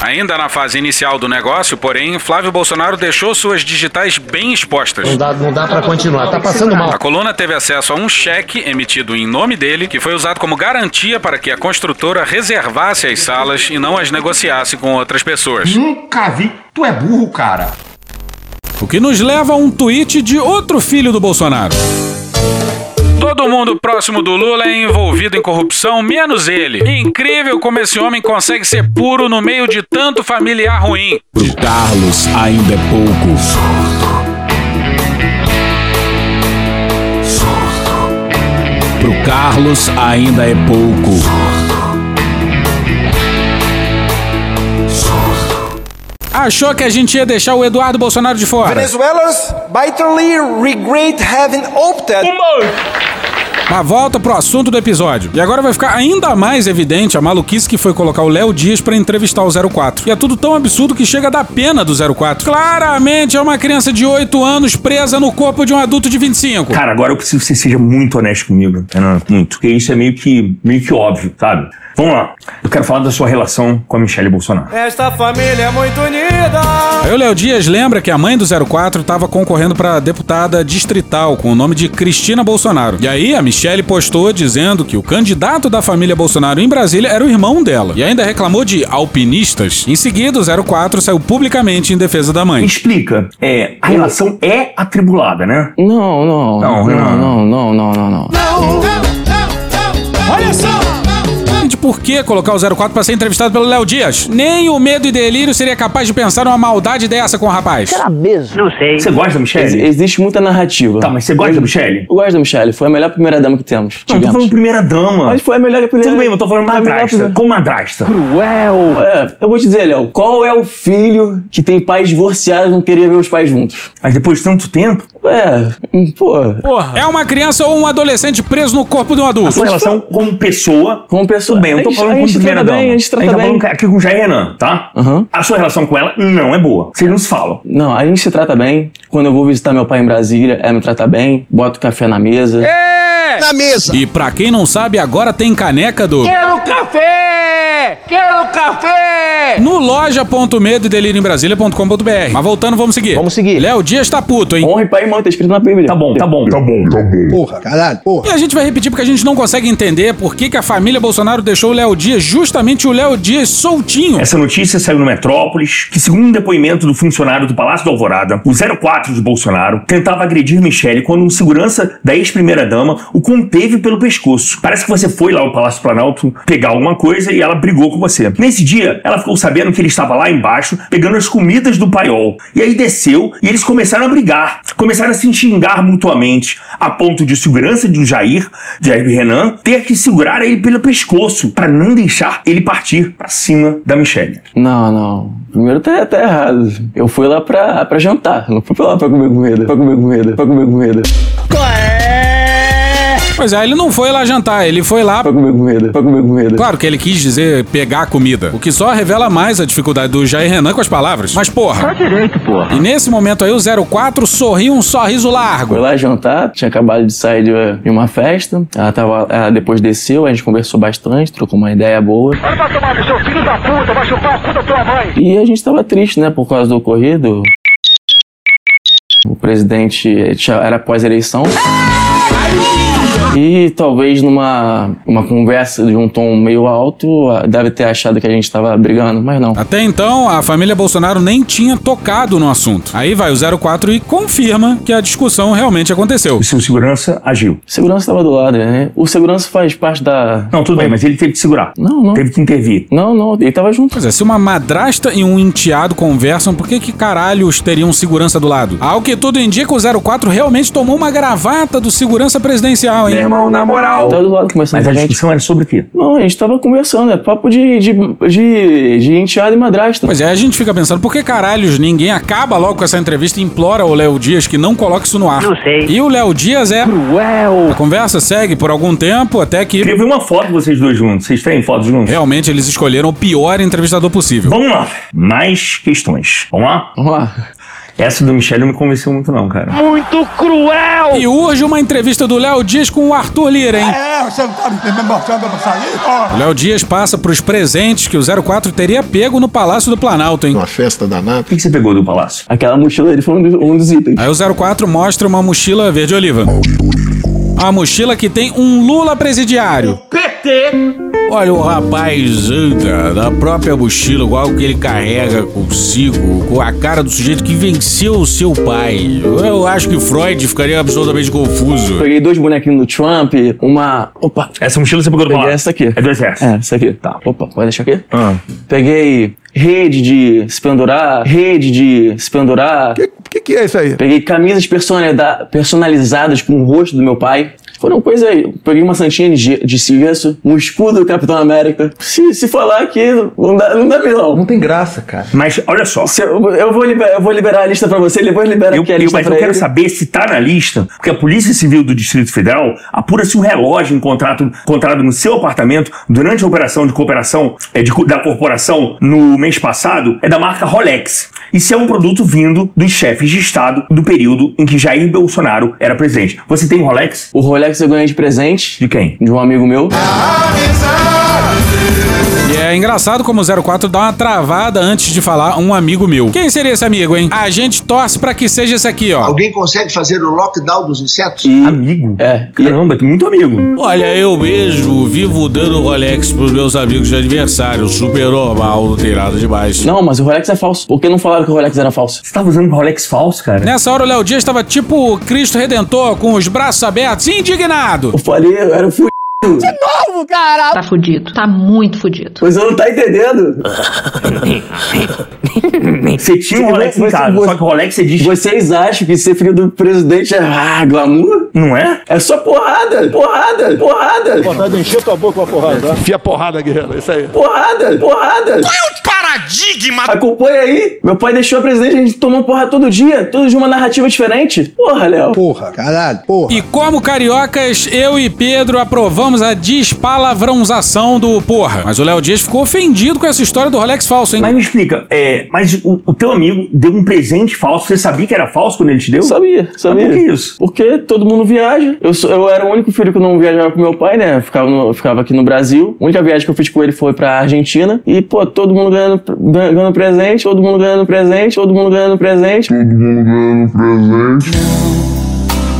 [SPEAKER 1] Ainda na fase inicial do negócio, porém, Flávio Bolsonaro deixou suas digitais bem expostas.
[SPEAKER 7] Não dá, não dá para continuar, tá passando mal.
[SPEAKER 1] A coluna teve acesso a um cheque emitido em nome dele, que foi usado como garantia para que a construtora reservasse as salas e não as negociasse com outras pessoas.
[SPEAKER 7] Nunca vi. Tu é burro, cara.
[SPEAKER 1] O que nos leva a um tweet de outro filho do Bolsonaro. Todo mundo próximo do Lula é envolvido em corrupção, menos ele. Incrível como esse homem consegue ser puro no meio de tanto familiar ruim.
[SPEAKER 15] De Carlos ainda é pouco. Pro Carlos ainda é pouco.
[SPEAKER 1] Achou que a gente ia deixar o Eduardo Bolsonaro de fora?
[SPEAKER 22] Venezuelans bitterly regret having opted.
[SPEAKER 1] Mas volta pro assunto do episódio. E agora vai ficar ainda mais evidente a maluquice que foi colocar o Léo Dias pra entrevistar o 04. E é tudo tão absurdo que chega a dar pena do 04. Claramente é uma criança de 8 anos presa no corpo de um adulto de 25.
[SPEAKER 28] Cara, agora eu preciso que você seja muito honesto comigo, Renan. Muito. Porque isso é meio que, meio que óbvio, sabe? Vamos lá. Eu quero falar da sua relação com a Michelle Bolsonaro.
[SPEAKER 18] Esta família é muito unida.
[SPEAKER 1] Aí o Léo Dias lembra que a mãe do 04 estava concorrendo para deputada distrital com o nome de Cristina Bolsonaro. E aí a Michelle postou dizendo que o candidato da família Bolsonaro em Brasília era o irmão dela. E ainda reclamou de alpinistas. Em seguida, o 04 saiu publicamente em defesa da mãe.
[SPEAKER 28] Explica. É, a relação é atribulada, né? Não, não. Não, não, não, não, não, não. não.
[SPEAKER 1] Olha só! Gente, por que colocar o 04 para ser entrevistado pelo Léo Dias? Nem o medo e delírio seria capaz de pensar numa maldade dessa com o rapaz.
[SPEAKER 7] Será mesmo? Não sei.
[SPEAKER 28] Você gosta da Michelle?
[SPEAKER 13] Ex- existe muita narrativa.
[SPEAKER 28] Tá, mas você gosta da Michelle?
[SPEAKER 13] Eu gosto da Michelle. Foi a melhor primeira dama que temos.
[SPEAKER 28] Não, tô
[SPEAKER 13] tivemos.
[SPEAKER 28] falando primeira dama.
[SPEAKER 13] Mas foi a melhor primeira
[SPEAKER 28] Tudo bem, eu tô falando
[SPEAKER 13] a melhor
[SPEAKER 28] madrasta.
[SPEAKER 13] primeira-
[SPEAKER 28] Com madrasta.
[SPEAKER 13] Cruel. É, eu vou te dizer, Léo, qual é o filho que tem pais divorciados e não queria ver os pais juntos?
[SPEAKER 28] Mas depois de tanto tempo?
[SPEAKER 13] É, pô.
[SPEAKER 1] Porra. É uma criança ou um adolescente preso no corpo de um adulto.
[SPEAKER 28] A sua relação como pessoa.
[SPEAKER 13] Como pessoa.
[SPEAKER 28] Tudo bem, eu
[SPEAKER 13] A
[SPEAKER 28] tô
[SPEAKER 13] gente-
[SPEAKER 28] falando
[SPEAKER 13] a
[SPEAKER 28] como
[SPEAKER 13] gente
[SPEAKER 28] primeira
[SPEAKER 13] trata
[SPEAKER 28] dama.
[SPEAKER 13] bem, a gente trata
[SPEAKER 28] tá
[SPEAKER 13] bem.
[SPEAKER 28] falando aqui com o Jair Renan, tá? A sua relação com ela não é boa. Vocês não se falam.
[SPEAKER 13] Não, a gente se trata bem. Quando eu vou visitar meu pai em Brasília, é me tratar bem, bota o café na mesa.
[SPEAKER 22] É.
[SPEAKER 1] Na mesa. E pra quem não sabe, agora tem caneca do.
[SPEAKER 18] Quero café! Quero café!
[SPEAKER 1] No loja.medo e delírio em Brasília.com.br. Mas voltando, vamos seguir. Vamos seguir. Léo Dias tá puto, hein?
[SPEAKER 13] Honre pai e mãe, tá escrito na Bíblia.
[SPEAKER 28] Tá bom, tá bom. Tá bom, tá bom.
[SPEAKER 1] Porra, caralho, porra. E a gente vai repetir porque a gente não consegue entender por que, que a família Bolsonaro deixou o Léo Dias, justamente o Léo Dias, soltinho.
[SPEAKER 28] Essa notícia saiu no Metrópolis, que segundo um depoimento do funcionário do Palácio do Alvorada, o 04 de Bolsonaro, tentava agredir Michele quando um segurança da ex-primeira-dama o conteve pelo pescoço. Parece que você foi lá ao Palácio Planalto pegar alguma coisa e ela brigou brigou com você. Nesse dia, ela ficou sabendo que ele estava lá embaixo pegando as comidas do paiol. E aí desceu e eles começaram a brigar. Começaram a se xingar mutuamente, a ponto de o segurança de Jair, Jair Renan, ter que segurar ele pelo pescoço para não deixar ele partir para cima da Michelle.
[SPEAKER 13] Não, não. Primeiro tá, tá errado. Eu fui lá pra, pra jantar. Não fui pra lá pra comer comida. Pra comer comida. Pra comer comida.
[SPEAKER 1] Pois é, ele não foi lá jantar, ele foi lá. Pra
[SPEAKER 13] comer comida, pra comer comida.
[SPEAKER 1] Claro que ele quis dizer pegar comida, o que só revela mais a dificuldade do Jair Renan com as palavras. Mas porra.
[SPEAKER 13] Tá direito, porra.
[SPEAKER 1] E nesse momento aí o 04 sorriu um sorriso largo.
[SPEAKER 13] Fui lá jantar, tinha acabado de sair de, de uma festa. Ela, tava, ela depois desceu, a gente conversou bastante, trocou uma ideia boa.
[SPEAKER 14] Vai pra tomar no seu filho da puta, vai chupar a puta da tua mãe.
[SPEAKER 13] E a gente tava triste, né, por causa do ocorrido. O presidente tinha- era pós-eleição. E talvez numa uma conversa de um tom meio alto, ah, deve ter achado que a gente tava brigando, mas não.
[SPEAKER 1] Até então, a família Bolsonaro nem tinha tocado no assunto. Aí vai o 04 e confirma que a discussão realmente aconteceu.
[SPEAKER 28] O seu segurança agiu.
[SPEAKER 13] O segurança tava do lado, né? O segurança faz parte da.
[SPEAKER 28] Não, tudo bem, mas ele teve que segurar.
[SPEAKER 13] Não, não.
[SPEAKER 28] Teve que intervir.
[SPEAKER 13] Não, não, ele tava junto.
[SPEAKER 1] Pois é, se uma madrasta e um enteado conversam, por que que caralhos teriam segurança do lado? Ao que tudo indica, o 04 realmente tomou uma gravata do segurança presidencial, hein?
[SPEAKER 28] na moral.
[SPEAKER 13] Tava do lado conversando
[SPEAKER 28] Mas
[SPEAKER 13] com
[SPEAKER 28] a
[SPEAKER 13] a gente.
[SPEAKER 28] discussão era sobre o quê?
[SPEAKER 13] Não, a gente tava conversando, é papo de, de, de, de enteado e madrasta.
[SPEAKER 1] Pois é, a gente fica pensando, por que caralhos ninguém acaba logo com essa entrevista e implora ao Léo Dias que não coloque isso no ar? Não sei. E o Léo Dias é... Cruel. A conversa segue por algum tempo até que...
[SPEAKER 28] Teve uma foto de vocês dois juntos. Vocês têm foto juntos?
[SPEAKER 1] Realmente eles escolheram o pior entrevistador possível.
[SPEAKER 28] Vamos lá. Mais questões. Vamos lá?
[SPEAKER 13] Vamos lá.
[SPEAKER 28] Essa do Michelle não me convenceu muito, não, cara.
[SPEAKER 1] Muito cruel! E urge uma entrevista do Léo Dias com o Arthur Lira, hein?
[SPEAKER 14] É, você não tá me mostrando pra sair? Ó.
[SPEAKER 1] O Léo Dias passa pros presentes que o 04 teria pego no Palácio do Planalto, hein? Uma
[SPEAKER 28] festa danada. O que, que você pegou do palácio?
[SPEAKER 13] Aquela mochila dele foi um dos, um dos itens.
[SPEAKER 1] Aí o 04 mostra uma mochila verde-oliva. A mochila que tem um Lula presidiário.
[SPEAKER 14] PT!
[SPEAKER 19] Olha, o rapaz anda na própria mochila, igual que ele carrega consigo, com a cara do sujeito que venceu o seu pai. Eu acho que Freud ficaria absolutamente confuso.
[SPEAKER 13] Peguei dois bonequinhos do Trump, uma. Opa!
[SPEAKER 28] Essa mochila você pegou do
[SPEAKER 13] Peguei
[SPEAKER 19] palácio?
[SPEAKER 13] essa aqui.
[SPEAKER 28] É do exército.
[SPEAKER 13] É, essa aqui. Tá. Opa, pode deixar aqui? Peguei rede de se pendurar, rede de se pendurar. O
[SPEAKER 16] que, que é isso aí?
[SPEAKER 13] Peguei camisas personalida- personalizadas com o rosto do meu pai. Foram coisas aí. Peguei uma santinha de, ge- de gesso, um escudo do Capitão América. Se, se falar aqui, não dá, não dá vilão. Não tem graça, cara.
[SPEAKER 28] Mas olha só.
[SPEAKER 13] Eu, eu vou liber- eu vou liberar a lista pra você, depois libera aqui a
[SPEAKER 28] Eu,
[SPEAKER 13] lista
[SPEAKER 28] mas
[SPEAKER 13] pra
[SPEAKER 19] eu quero
[SPEAKER 13] ele.
[SPEAKER 28] saber se tá na lista, porque a Polícia Civil do Distrito Federal apura se um relógio encontrado, encontrado no seu apartamento durante a operação de cooperação é, de co- da corporação no mês passado é da marca Rolex. E se é um produto vindo dos chefes de Estado do período em que Jair Bolsonaro era presidente. Você tem um Rolex?
[SPEAKER 13] O Rolex eu ganhei de presente.
[SPEAKER 28] De quem?
[SPEAKER 13] De um amigo meu.
[SPEAKER 1] E é engraçado como o 04 dá uma travada antes de falar um amigo meu. Quem seria esse amigo, hein? A gente torce pra que seja esse aqui, ó.
[SPEAKER 18] Alguém consegue fazer o lockdown dos insetos?
[SPEAKER 28] Amigo?
[SPEAKER 13] É.
[SPEAKER 28] Caramba, tem muito amigo.
[SPEAKER 19] Olha, eu mesmo vivo dando Rolex pros meus amigos de adversário. Super normal, não tem nada demais.
[SPEAKER 13] Não, mas o Rolex é falso. Por que não falaram que o Rolex era falso?
[SPEAKER 28] Você tava usando um Rolex falso, cara?
[SPEAKER 1] Nessa hora o Léo Dias tava tipo Cristo Redentor, com os braços abertos, indignado. Eu
[SPEAKER 13] falei, eu era fudido.
[SPEAKER 1] De
[SPEAKER 8] novo, cara! Tá fudido. Tá muito fudido.
[SPEAKER 13] Pois eu não tá entendendo.
[SPEAKER 28] Você tinha um Rolex em casa, só que o Rolex você diz.
[SPEAKER 13] Vocês acham que ser filho do presidente é ah, glamour?
[SPEAKER 28] Não é?
[SPEAKER 13] É só porrada, porrada, porrada.
[SPEAKER 3] Vontade tá de encher tua boca com a porrada, tá?
[SPEAKER 16] Enfia porrada, guerreiro. é Isso aí.
[SPEAKER 13] Porrada, porrada. Qual é o paradigma? Acompanha aí. Meu pai deixou a presidente, a gente tomou porra todo dia. Todo dia uma narrativa diferente. Porra, Léo.
[SPEAKER 16] Porra, caralho, porra.
[SPEAKER 1] E como cariocas, eu e Pedro aprovamos a despalavrãozação do porra. Mas o Léo Dias ficou ofendido com essa história do Rolex falso, hein?
[SPEAKER 28] Mas me explica, é, mas o, o teu amigo deu um presente falso. Você sabia que era falso quando ele te deu?
[SPEAKER 13] Sabia, sabia.
[SPEAKER 28] Mas por que isso?
[SPEAKER 13] Porque todo mundo viaja. Eu, sou- eu era o único filho que não viajava com meu pai, né? Eu ficava, no- eu ficava aqui no Brasil. A única viagem que eu fiz com ele foi pra Argentina. E, pô, todo mundo ganhando, ganhando presente, todo mundo ganhando presente, todo mundo ganhando presente. Todo mundo ganhando presente.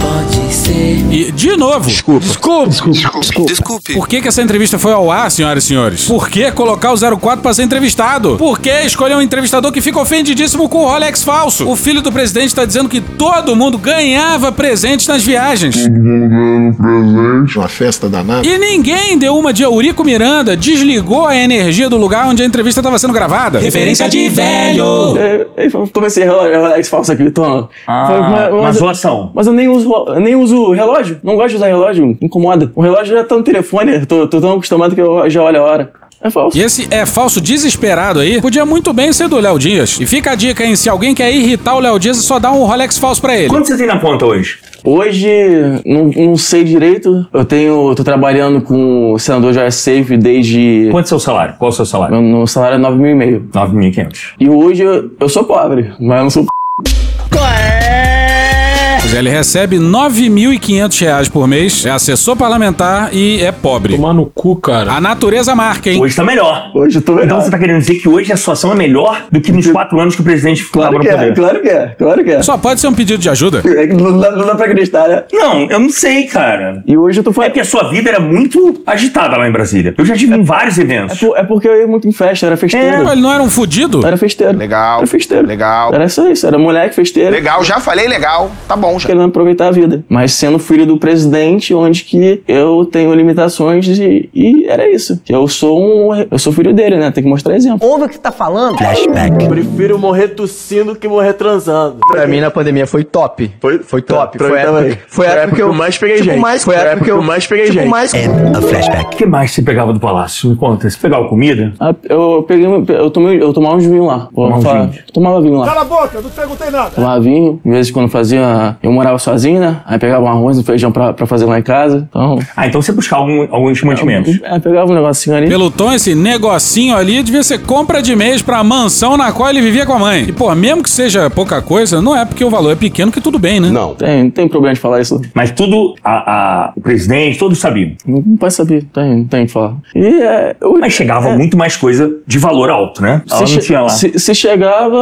[SPEAKER 1] Pode ser. E, de novo. Desculpa. Desculpa. Desculpa. Por que, que essa entrevista foi ao ar, senhoras e senhores? Por que colocar o 04 pra ser entrevistado? Por que escolher um entrevistador que fica ofendidíssimo com o Rolex falso? O filho do presidente tá dizendo que todo mundo ganhava presentes nas viagens.
[SPEAKER 16] presente. Uma festa danada.
[SPEAKER 1] E ninguém deu uma de Eurico Miranda, desligou a energia do lugar onde a entrevista estava sendo gravada.
[SPEAKER 13] É, Eu comecei relógio falso aqui, toma.
[SPEAKER 28] Ah, uma zoação.
[SPEAKER 13] Mas eu nem uso, relo- eu nem uso relógio. Não gosto de usar relógio, incomoda. O relógio já tá no telefone, tô, tô tão acostumado que eu já olho a hora. É falso.
[SPEAKER 1] E esse é falso desesperado aí, podia muito bem ser do Léo Dias. E fica a dica, hein? Se alguém quer irritar o Léo Dias, é só dá um Rolex falso pra ele.
[SPEAKER 28] Quanto você tem na ponta hoje?
[SPEAKER 13] Hoje, não, não sei direito. Eu tenho. tô trabalhando com o senador Joyce Safe desde.
[SPEAKER 28] Quanto é o seu salário? Qual é o seu salário?
[SPEAKER 13] Meu, meu salário é 9 mil e meio.
[SPEAKER 28] 9.500.
[SPEAKER 13] E hoje eu, eu sou pobre, mas eu não sou p...
[SPEAKER 1] Pois é, Ele recebe 9.500 reais por mês, é assessor parlamentar e é pobre. Tomar no cu, cara. A natureza marca, hein?
[SPEAKER 28] Hoje tá melhor.
[SPEAKER 13] Hoje eu tô
[SPEAKER 28] Então você tá querendo dizer que hoje a situação é melhor do que nos quatro anos que o presidente ficava no poder?
[SPEAKER 13] que é, claro que é.
[SPEAKER 1] Só pode ser um pedido de ajuda?
[SPEAKER 13] Não dá, não dá pra acreditar, né?
[SPEAKER 28] Não, eu não sei, cara.
[SPEAKER 13] E hoje eu tô falando.
[SPEAKER 28] É que a sua vida era muito agitada lá em Brasília. Eu já tive em vários
[SPEAKER 13] É,
[SPEAKER 28] eventos.
[SPEAKER 13] por- é porque eu ia muito em festa, eu era festeiro.
[SPEAKER 1] É, ele não era um fudido?
[SPEAKER 13] Era festeiro. Legal. Era festeiro. Legal. Era só isso, era moleque festeiro.
[SPEAKER 16] Legal, já falei legal. Tá bom já.
[SPEAKER 13] Querendo aproveitar a vida. Mas sendo filho do presidente, onde que eu tenho limitações e, e era isso. Eu sou um. Eu sou filho dele, né? Tem que mostrar exemplo.
[SPEAKER 2] Ouve o que tá falando? Flashback. Prefiro morrer tossindo que morrer transando.
[SPEAKER 9] Pra mim, na pandemia, foi top. Foi, foi top.
[SPEAKER 2] pra
[SPEAKER 9] Foi a
[SPEAKER 2] mim
[SPEAKER 9] época,
[SPEAKER 2] também.
[SPEAKER 9] foi a época que eu
[SPEAKER 2] mais peguei
[SPEAKER 9] tipo,
[SPEAKER 2] gente.
[SPEAKER 9] Mais,
[SPEAKER 2] Foi a época
[SPEAKER 9] que eu
[SPEAKER 2] mais peguei
[SPEAKER 9] tipo,
[SPEAKER 2] gente.
[SPEAKER 9] Mais...
[SPEAKER 28] O que mais você pegava do palácio? Me conta. Você pegava comida?
[SPEAKER 13] Ah, Eu peguei. um- Eu, tomei, eu tomava uns vinhos lá. Vou
[SPEAKER 28] Tomava uns
[SPEAKER 13] falar.
[SPEAKER 28] vinhos.
[SPEAKER 13] Tomava vinho lá.
[SPEAKER 21] Cala a boca, eu não te perguntei nada.
[SPEAKER 13] Tomava vinho, às vezes quando fazia. Eu morava sozinho, né? Aí pegava um arroz e um feijão pra, pra fazer lá em casa. Então.
[SPEAKER 28] Ah, então você buscava alguns
[SPEAKER 1] mantimentos.
[SPEAKER 13] É, pegava um negocinho ali.
[SPEAKER 1] Pelo tom, esse negocinho ali devia ser compra de mês pra mansão na qual ele vivia com a mãe. E, pô, mesmo que seja pouca coisa, não é porque o valor é pequeno que tudo bem, né?
[SPEAKER 28] Não.
[SPEAKER 13] Tem, tem problema de falar isso.
[SPEAKER 28] Mas tudo, a- a- o presidente, todos sabiam.
[SPEAKER 13] Não, não pode saber, tem, tem que falar. E, é, eu-
[SPEAKER 28] Mas chegava
[SPEAKER 13] é.
[SPEAKER 28] muito mais coisa de valor alto, né? Ela
[SPEAKER 13] Se,
[SPEAKER 28] não
[SPEAKER 13] che-
[SPEAKER 28] tinha lá.
[SPEAKER 13] se- se chegava,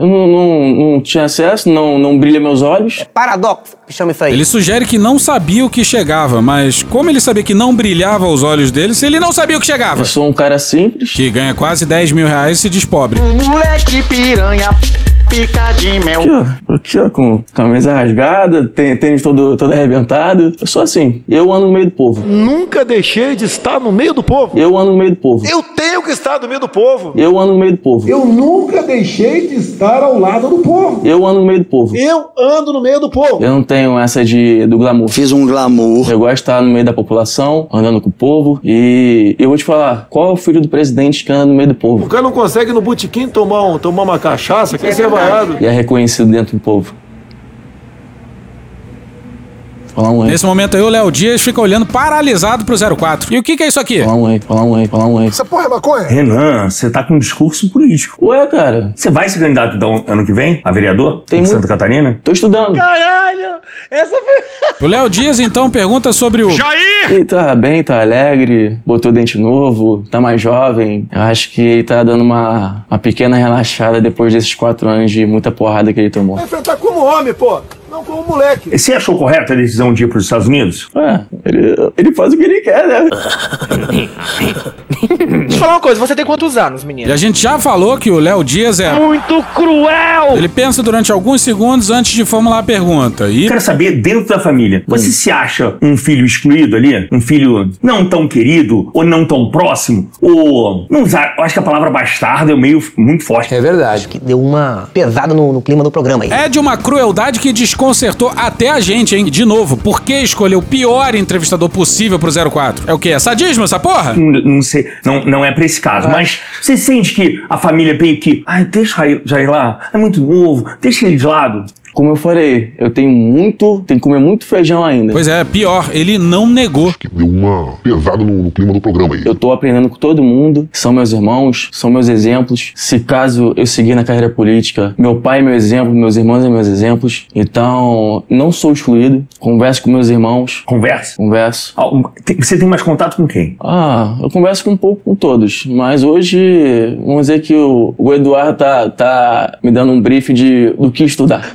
[SPEAKER 13] eu não, não, não tinha acesso, não, não brilha meus olhos.
[SPEAKER 2] Paradoxo, chama isso aí.
[SPEAKER 1] Ele sugere que não sabia o que chegava, mas como ele sabia que não brilhava os olhos dele se ele não sabia o que chegava? Eu
[SPEAKER 13] sou um cara simples.
[SPEAKER 1] Que ganha quase 10 mil reais e se diz pobre.
[SPEAKER 2] Moleque piranha, pica de mel.
[SPEAKER 13] Aqui, ó, aqui, ó, com camisa rasgada, tê- tênis todo, todo arrebentado. Eu sou assim, eu ando no meio do povo.
[SPEAKER 3] Nunca deixei de estar no meio do povo.
[SPEAKER 13] Eu ando no meio do povo.
[SPEAKER 3] Eu tenho que estar no meio do povo.
[SPEAKER 13] Eu ando no meio do povo.
[SPEAKER 3] Eu nunca deixei de estar ao lado do povo.
[SPEAKER 13] Eu ando no meio do povo.
[SPEAKER 3] Eu ando no meio do povo.
[SPEAKER 13] Eu não tenho essa de do glamour. Fiz um glamour. Eu gosto de estar no meio da população, andando com o povo. E eu vou te falar, qual é o filho do presidente que anda no meio do povo?
[SPEAKER 5] O cara não consegue no botequim tomar, um- tomar uma cachaça, quer ser vaiado.
[SPEAKER 13] E é reconhecido dentro do povo. Falar um aí.
[SPEAKER 1] Nesse momento aí, o Léo Dias fica olhando paralisado pro 04. E o que que é isso aqui?
[SPEAKER 13] Falar um aí, falar um aí, falar um aí.
[SPEAKER 16] Essa porra é maconha?
[SPEAKER 28] Renan, você tá com um discurso político.
[SPEAKER 13] Ué, cara.
[SPEAKER 28] Você vai ser candidato então, ano que vem a vereador? Tem Santa Catarina?
[SPEAKER 13] Tô estudando.
[SPEAKER 12] Caralho! Essa foi.
[SPEAKER 1] O Léo Dias então pergunta sobre o.
[SPEAKER 12] Jair!
[SPEAKER 13] Ele tá bem, tá alegre, botou dente novo, tá mais jovem. Eu acho que ele tá dando uma, uma pequena relaxada depois desses quatro anos de muita porrada que ele tomou.
[SPEAKER 3] Vai enfrentar Tá como homem, pô. Não como moleque.
[SPEAKER 28] Você achou correta a decisão de ir pros Estados Unidos?
[SPEAKER 13] É, ele, ele faz o que ele quer, né?
[SPEAKER 2] Deixa eu falar uma coisa, você tem quantos anos, menino?
[SPEAKER 1] E a gente já falou que o Léo Dias é.
[SPEAKER 2] Muito cruel!
[SPEAKER 1] Ele pensa durante alguns segundos antes de formular a pergunta. E.
[SPEAKER 28] Quero saber, dentro da família,
[SPEAKER 13] Hum.
[SPEAKER 28] você se acha um filho excluído ali? Um filho não tão querido, ou não tão próximo, ou. Não usar. Eu acho que a palavra bastardo é meio muito forte.
[SPEAKER 2] É verdade. Que deu uma pesada no, no clima do programa aí.
[SPEAKER 1] É de uma crueldade que desconcertou até a gente, hein? De novo, por que escolher o pior entrevistador possível pro 04? É o quê? É sadismo essa porra?
[SPEAKER 17] Hum.
[SPEAKER 28] Não, não sei, não, não é pra esse
[SPEAKER 18] Ah.
[SPEAKER 28] caso, mas você sente que a família meio que. Ai, deixa Jair- Jair lá, é muito novo, deixa ele de lado.
[SPEAKER 13] Como eu falei, eu tenho muito, tenho que comer muito feijão ainda.
[SPEAKER 1] Pois é, pior, ele não negou.
[SPEAKER 13] Deu uma pesada no, clima do programa aí. Eu tô aprendendo com todo mundo, são meus irmãos, são meus exemplos. Se caso eu seguir na carreira política, meu pai é meu exemplo, meus irmãos são meus exemplos. Então, não sou excluído, converso com meus irmãos.
[SPEAKER 28] Conversa?
[SPEAKER 13] Converso.
[SPEAKER 28] Você tem mais contato com quem?
[SPEAKER 13] Ah, eu converso com um pouco com todos, mas hoje vamos dizer que o, o Eduardo tá, tá me dando um briefing de, do que estudar.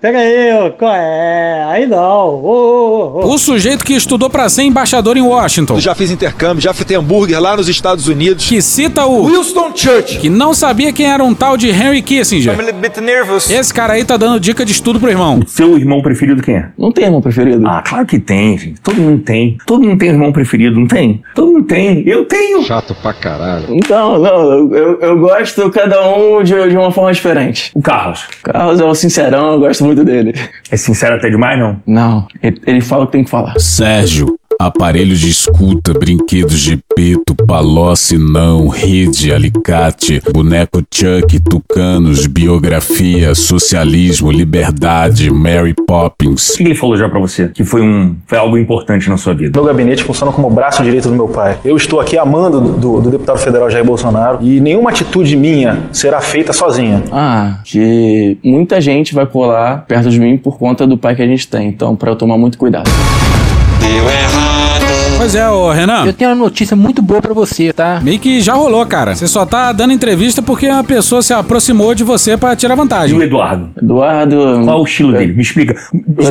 [SPEAKER 4] Pega aí, ô, qual é? Aí não. Ô, ô, ô.
[SPEAKER 1] O sujeito que estudou pra ser embaixador em Washington.
[SPEAKER 17] Já fiz intercâmbio, já fritei hambúrguer lá nos Estados Unidos.
[SPEAKER 1] Que cita o
[SPEAKER 17] Winston Churchill.
[SPEAKER 1] Que não sabia quem era um tal de Henry Kissinger.
[SPEAKER 17] I'm a little bit nervous.
[SPEAKER 3] é
[SPEAKER 1] Esse cara aí tá dando dica de estudo pro irmão.
[SPEAKER 28] Seu irmão preferido quem é?
[SPEAKER 13] Não tem irmão preferido.
[SPEAKER 28] Ah, claro que tem, gente. Todo mundo tem. Todo mundo tem irmão preferido, não tem? Todo mundo tem. Eu tenho.
[SPEAKER 17] Chato pra caralho.
[SPEAKER 13] Então, não, eu, eu- eu gosto cada um de, de uma forma diferente.
[SPEAKER 28] O Carlos.
[SPEAKER 13] Carlos é o sincerão, eu gosto muito dele.
[SPEAKER 28] É sincero até demais, não?
[SPEAKER 13] Não, ele, ele fala o que tem que falar.
[SPEAKER 15] Sérgio, aparelhos de escuta, brinquedos de peto, palocci não, rede, alicate, boneco Chuck, tucanos, biografia, socialismo, liberdade, Mary Poppins.
[SPEAKER 28] O que ele falou já pra você? Que foi um. Foi algo importante na sua vida.
[SPEAKER 3] Meu gabinete funciona como o braço direito do meu pai. Eu estou aqui amando do, do deputado federal Jair Bolsonaro e nenhuma atitude minha será feita sozinha.
[SPEAKER 13] Ah, que muita gente vai colar perto de mim por conta do pai que a gente tem. Então, pra eu tomar muito cuidado.
[SPEAKER 1] Deu errado. Pois é, ô Renan. Eu tenho uma notícia muito boa pra você, tá? Meio que já rolou, cara. Você só tá dando entrevista porque a pessoa se aproximou de você pra tirar
[SPEAKER 28] E
[SPEAKER 1] vantagem.
[SPEAKER 28] o Eduardo?
[SPEAKER 13] Eduardo.
[SPEAKER 28] Qual é o estilo dele? Me explica.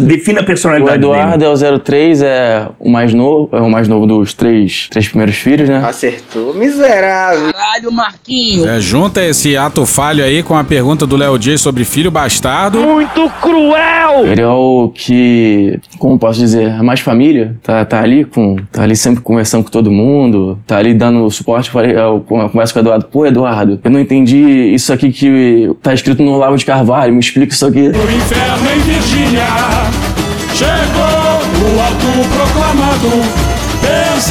[SPEAKER 28] Defina a
[SPEAKER 13] O
[SPEAKER 28] personalidade
[SPEAKER 13] Eduardo
[SPEAKER 28] dele.
[SPEAKER 13] é o 03, é o mais novo, é o mais novo dos três, três primeiros filhos, né?
[SPEAKER 20] Acertou, miserável. Caralho, Marquinho.
[SPEAKER 1] É, junta esse ato falho aí com a pergunta do Léo Dias sobre filho bastardo.
[SPEAKER 20] Muito cruel!
[SPEAKER 13] Ele é o que, como posso dizer, é mais família, tá, tá ali com, tá ali sempre conversando com todo mundo, tá ali dando suporte, eu falei, eu converso com o Eduardo, pô Eduardo, eu não entendi isso aqui que tá escrito no Olavo de Carvalho, me explica isso aqui.
[SPEAKER 15] O inferno em Virgínia chegou o autoproclamado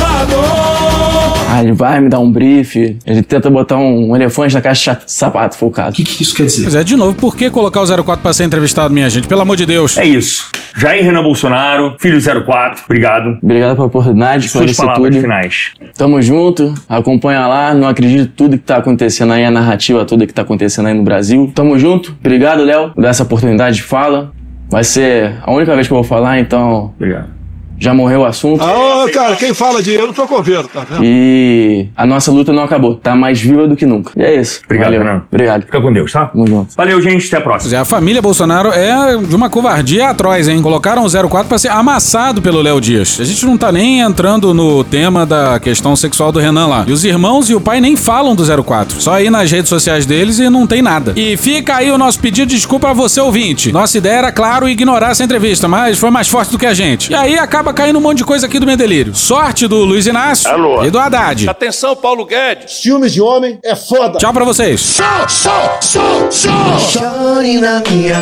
[SPEAKER 15] pensador.
[SPEAKER 13] Ah, ele vai me dar um brief, ele tenta botar um elefante na caixa de sapato, foi o caso. O que,
[SPEAKER 28] que isso quer dizer?
[SPEAKER 1] Pois é, de novo, por que colocar o 04 pra ser entrevistado, minha gente? Pelo amor de Deus.
[SPEAKER 28] É isso. Jair Renan Bolsonaro, filho 04. Obrigado.
[SPEAKER 13] Obrigado pela oportunidade,
[SPEAKER 28] Suas
[SPEAKER 13] esclarecer
[SPEAKER 28] palavras
[SPEAKER 13] tudo.
[SPEAKER 28] finais.
[SPEAKER 13] Tamo junto, acompanha lá, não acredito em tudo que tá acontecendo aí, a narrativa toda que tá acontecendo aí no Brasil. Tamo junto, obrigado, Léo, por essa oportunidade de fala. Vai ser a única vez que eu vou falar, então.
[SPEAKER 28] Obrigado.
[SPEAKER 13] Já morreu o assunto.
[SPEAKER 5] Ah, cara, quem fala de eu não tô coveiro, tá vendo?
[SPEAKER 13] E a nossa luta não acabou, tá mais viva do que nunca. E é isso.
[SPEAKER 28] Obrigado,
[SPEAKER 13] Valeu.
[SPEAKER 28] Renan.
[SPEAKER 13] Obrigado.
[SPEAKER 28] Fica com Deus, tá?
[SPEAKER 13] Tamo junto.
[SPEAKER 28] Valeu, gente. Até a próxima.
[SPEAKER 1] Pois é, a família Bolsonaro é de uma covardia atroz, hein? Colocaram o 04 pra ser amassado pelo Léo Dias. A gente não tá nem entrando no tema da questão sexual do Renan lá. E os irmãos e o pai nem falam do 04. Só aí nas redes sociais deles e não tem nada. E fica aí o nosso pedido de desculpa a você, ouvinte. Nossa ideia era, claro, ignorar essa entrevista, mas foi mais forte do que a gente. E aí acaba caindo um monte de coisa aqui do meu delírio. Sorte do Luiz Inácio e do Haddad.
[SPEAKER 3] Atenção, Paulo Guedes. Filmes de homem é foda.
[SPEAKER 1] Tchau pra vocês.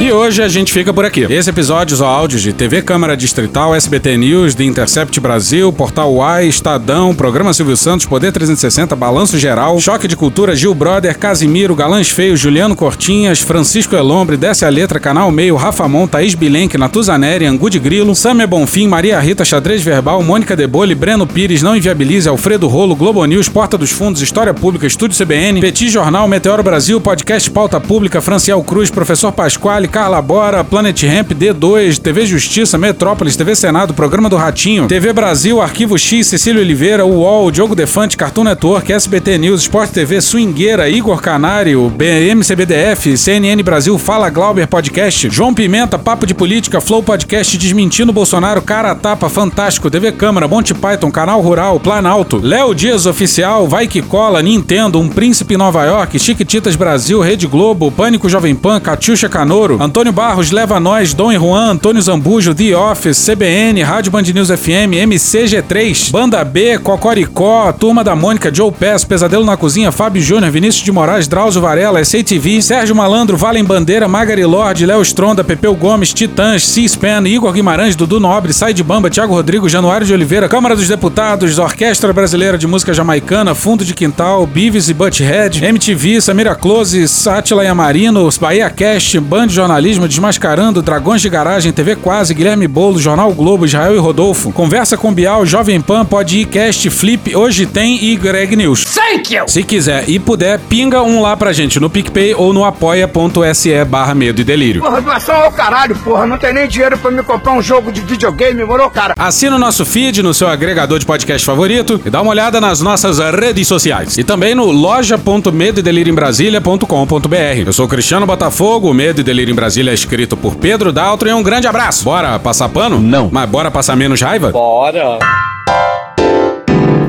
[SPEAKER 1] E hoje a gente fica por aqui. Esse episódio usou áudios de TV Câmara Distrital, SBT News, The Intercept Brasil, Portal UAI, Estadão, Programa Silvio Santos, Poder 360, Balanço Geral, Choque de Cultura, Gil Brother, Casimiro, Galãs Feios, Juliano Cortinhas, Francisco Elombre, Desce a Letra, Canal Meio, Rafa Mon, Thaís Bilenque, Natuzaneri, Angu de Grilo, Samia Bonfim, Maria Rita, Xadrez Verbal, Mônica Debole, Breno Pires, Não Inviabilize, Alfredo Rolo, Globo News, Porta dos Fundos, História Pública, Estúdio CBN, Petit Jornal, Meteoro Brasil, Podcast Pauta Pública, Franciel Cruz, Professor Pasquale, Carla Bora, Planet Ramp, D2, TV Justiça, Metrópolis, TV Senado, Programa do Ratinho, TV Brasil, Arquivo X, Cecília Oliveira, UOL, Diogo Defante, Cartoon Network, SBT News, Sport TV, Swingueira, Igor Canário, BMCBDF, CNN Brasil, Fala Glauber Podcast, João Pimenta, Papo de Política, Flow Podcast, Desmentindo Bolsonaro, Cara a Tapa, Fantástico, TV Câmara, Monte Python, Canal Rural, Planalto, Léo Dias Oficial, Vai Que Cola, Nintendo, Um Príncipe em Nova York, Chiquititas Brasil, Rede Globo, Pânico Jovem Pan, Catiuxa Canoro, Antônio Barros, Leva Nós, Dom e Juan, Antônio Zambujo, The Office, CBN, Rádio Band News FM, MCG3, Banda B, Cocoricó, Turma da Mônica, Joe Pass, Pesadelo na Cozinha, Fábio Júnior, Vinícius de Moraes, Drauzio Varela, SATV, Sérgio Malandro, Valem Bandeira, Magari Lorde, Léo Stronda, Pepeu Gomes, Titãs, C-SPAN, Igor Guimarães, Dudu Nobre, Sai de Bamba, Thiago Rodrigo, Januário de Oliveira, Câmara dos Deputados, Orquestra Brasileira de Música Jamaicana, Fundo de Quintal, Beavis e Butthead, MTV, Samira Close, Sátila Yamarino, Bahia Cast, Band Jornalismo, Desmascarando, Dragões de Garagem, TV Quase, Guilherme Bolo, Jornal Globo, Israel e Rodolfo, Conversa com Bial, Jovem Pan, Pod Ir, Cast, Flip, Hoje Tem e Greg News.
[SPEAKER 20] Thank you!
[SPEAKER 1] Se quiser e puder, pinga um lá pra gente no PicPay ou no apoia.se barra medo e delírio.
[SPEAKER 20] Porra, doação ao caralho, porra. Não tem nem dinheiro pra me comprar um jogo de videogame, moro, cara?
[SPEAKER 1] Assina o nosso feed no seu agregador de podcast favorito e dá uma olhada nas nossas redes sociais. E também no loja.medoedelirioembrasilha.com.br. Eu sou Cristiano Botafogo. Botafogo. O Medo e Delírio em Brasília é escrito por Pedro Daltro. E um grande abraço. Bora passar pano? Não. Mas bora passar menos raiva? Bora.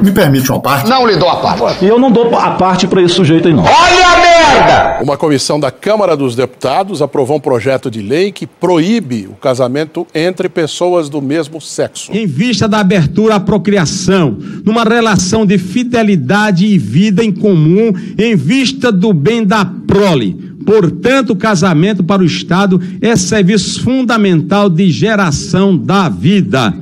[SPEAKER 3] Me permite uma parte? Não lhe dou a parte.
[SPEAKER 29] E eu não dou a parte para esse sujeito aí, não.
[SPEAKER 3] Olha a merda! Uma comissão da Câmara dos Deputados aprovou um projeto de lei que proíbe o casamento entre pessoas do mesmo sexo.
[SPEAKER 23] Em vista da abertura à procriação, numa relação de fidelidade e vida em comum, em vista do bem da prole. Portanto, o casamento para o Estado é serviço fundamental de geração da vida.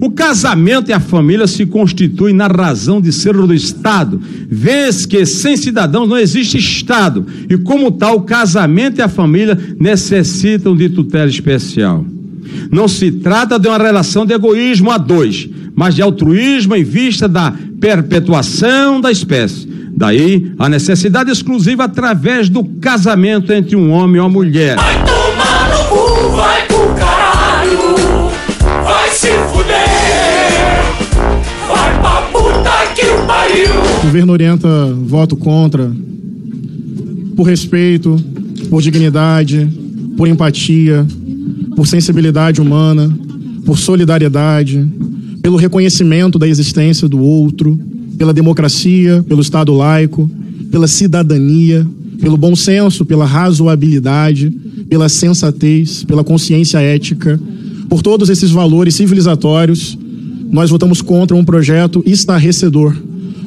[SPEAKER 23] O casamento e a família se constituem na razão de ser do Estado, vez que sem cidadãos não existe Estado, e como tal, o casamento e a família necessitam de tutela especial. Não se trata de uma relação de egoísmo a dois, mas de altruísmo em vista da perpetuação da espécie. Daí a necessidade exclusiva através do casamento entre um homem e uma mulher.
[SPEAKER 14] Vai pro caralho, vai se fuder, vai pra puta que o pariu.
[SPEAKER 24] O governo orienta voto contra por respeito, por dignidade, por empatia, por sensibilidade humana, por solidariedade, pelo reconhecimento da existência do outro, pela democracia, pelo Estado laico, pela cidadania, pelo bom senso, pela razoabilidade, pela sensatez, pela consciência ética, por todos esses valores civilizatórios, nós votamos contra um projeto estarrecedor,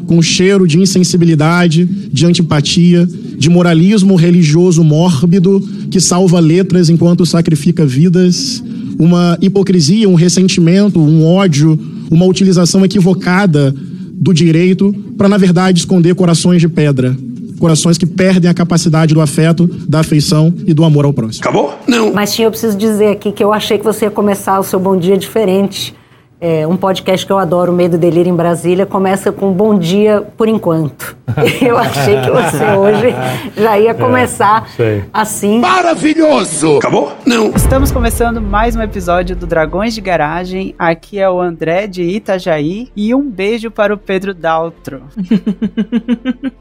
[SPEAKER 24] com cheiro de insensibilidade, de antipatia, de moralismo religioso mórbido que salva letras enquanto sacrifica vidas, uma hipocrisia, um ressentimento, um ódio, uma utilização equivocada do direito para, na verdade, esconder corações de pedra. Corações que perdem a capacidade do afeto, da afeição e do amor ao próximo.
[SPEAKER 30] Acabou?
[SPEAKER 11] Não. Mas, Tim, eu preciso dizer aqui que eu achei que você ia começar o seu Bom Dia diferente. É, um podcast que eu adoro, Medo e Delírio em Brasília, começa com Bom Dia por enquanto. Eu achei que você hoje já
[SPEAKER 7] É,
[SPEAKER 11] ia começar assim.
[SPEAKER 31] Maravilhoso! Acabou? Não.
[SPEAKER 6] Estamos começando mais um episódio do Dragões de Garagem. Aqui é o André de Itajaí e um beijo para o Pedro Daltro.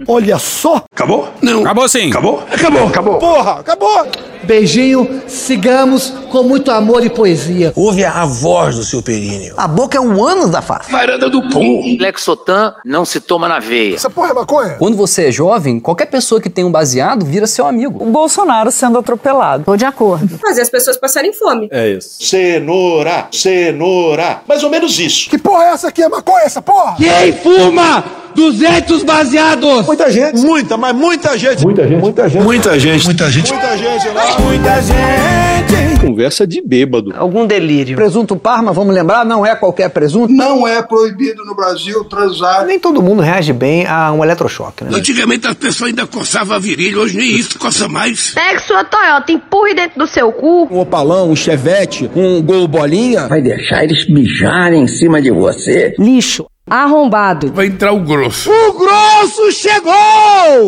[SPEAKER 3] Olha só!
[SPEAKER 30] Acabou? Não. Acabou sim. Acabou?
[SPEAKER 3] Acabou. Acabou. Porra, acabou!
[SPEAKER 4] Beijinho, sigamos com muito amor e poesia.
[SPEAKER 20] Ouve a voz do seu períneo.
[SPEAKER 4] A boca é um ânus da face.
[SPEAKER 20] Varanda do pum. Lexotan não se toma na veia.
[SPEAKER 3] Essa porra é maconha?
[SPEAKER 4] Quando você é jovem, qualquer pessoa que tem um baseado vira seu amigo.
[SPEAKER 19] O Bolsonaro sendo atropelado.
[SPEAKER 11] Tô de acordo.
[SPEAKER 15] Fazer as pessoas passarem fome.
[SPEAKER 3] É isso.
[SPEAKER 31] Cenoura, cenoura. Mais ou menos isso.
[SPEAKER 3] Que porra é essa aqui? É maconha essa porra?
[SPEAKER 4] Quem fuma? 200 baseados!
[SPEAKER 3] Muita gente. Muita, mas muita gente. Muita gente. Muita gente.
[SPEAKER 32] Muita gente.
[SPEAKER 3] Muita gente. Muita gente. lá. Muita gente.
[SPEAKER 26] Conversa de bêbado.
[SPEAKER 4] Algum delírio. Presunto Parma, vamos lembrar, não é qualquer presunto.
[SPEAKER 3] Não é proibido no Brasil transar.
[SPEAKER 4] Nem todo mundo reage bem a um eletrochoque, né?
[SPEAKER 20] Antigamente as pessoas ainda coçavam a virilha, hoje nem isso coça mais.
[SPEAKER 11] Pegue sua Toyota, empurre dentro do seu cu.
[SPEAKER 4] Um opalão, um chevette, um gol bolinha.
[SPEAKER 20] Vai deixar eles mijarem em cima de você.
[SPEAKER 11] Lixo. Arrombado.
[SPEAKER 20] Vai entrar o grosso.
[SPEAKER 4] O grosso chegou!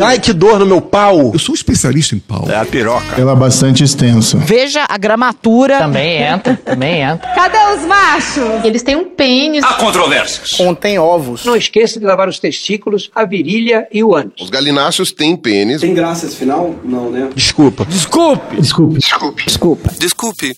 [SPEAKER 3] Ai, que dor no meu pau.
[SPEAKER 32] Eu sou um especialista em pau.
[SPEAKER 3] É a piroca.
[SPEAKER 24] Ela é bastante extensa.
[SPEAKER 19] Veja a gramatura.
[SPEAKER 4] Também entra, também entra.
[SPEAKER 11] Cadê os machos?
[SPEAKER 19] Eles têm um pênis.
[SPEAKER 20] Há controvérsias.
[SPEAKER 4] Contém ovos. Não esqueça de lavar os testículos, a virilha e o ânus.
[SPEAKER 33] Os galináceos têm pênis.
[SPEAKER 4] Tem graça esse final? Não, né?
[SPEAKER 3] Desculpa.
[SPEAKER 4] Desculpe.
[SPEAKER 3] Desculpe.
[SPEAKER 4] Desculpe. Desculpa.
[SPEAKER 20] Desculpe.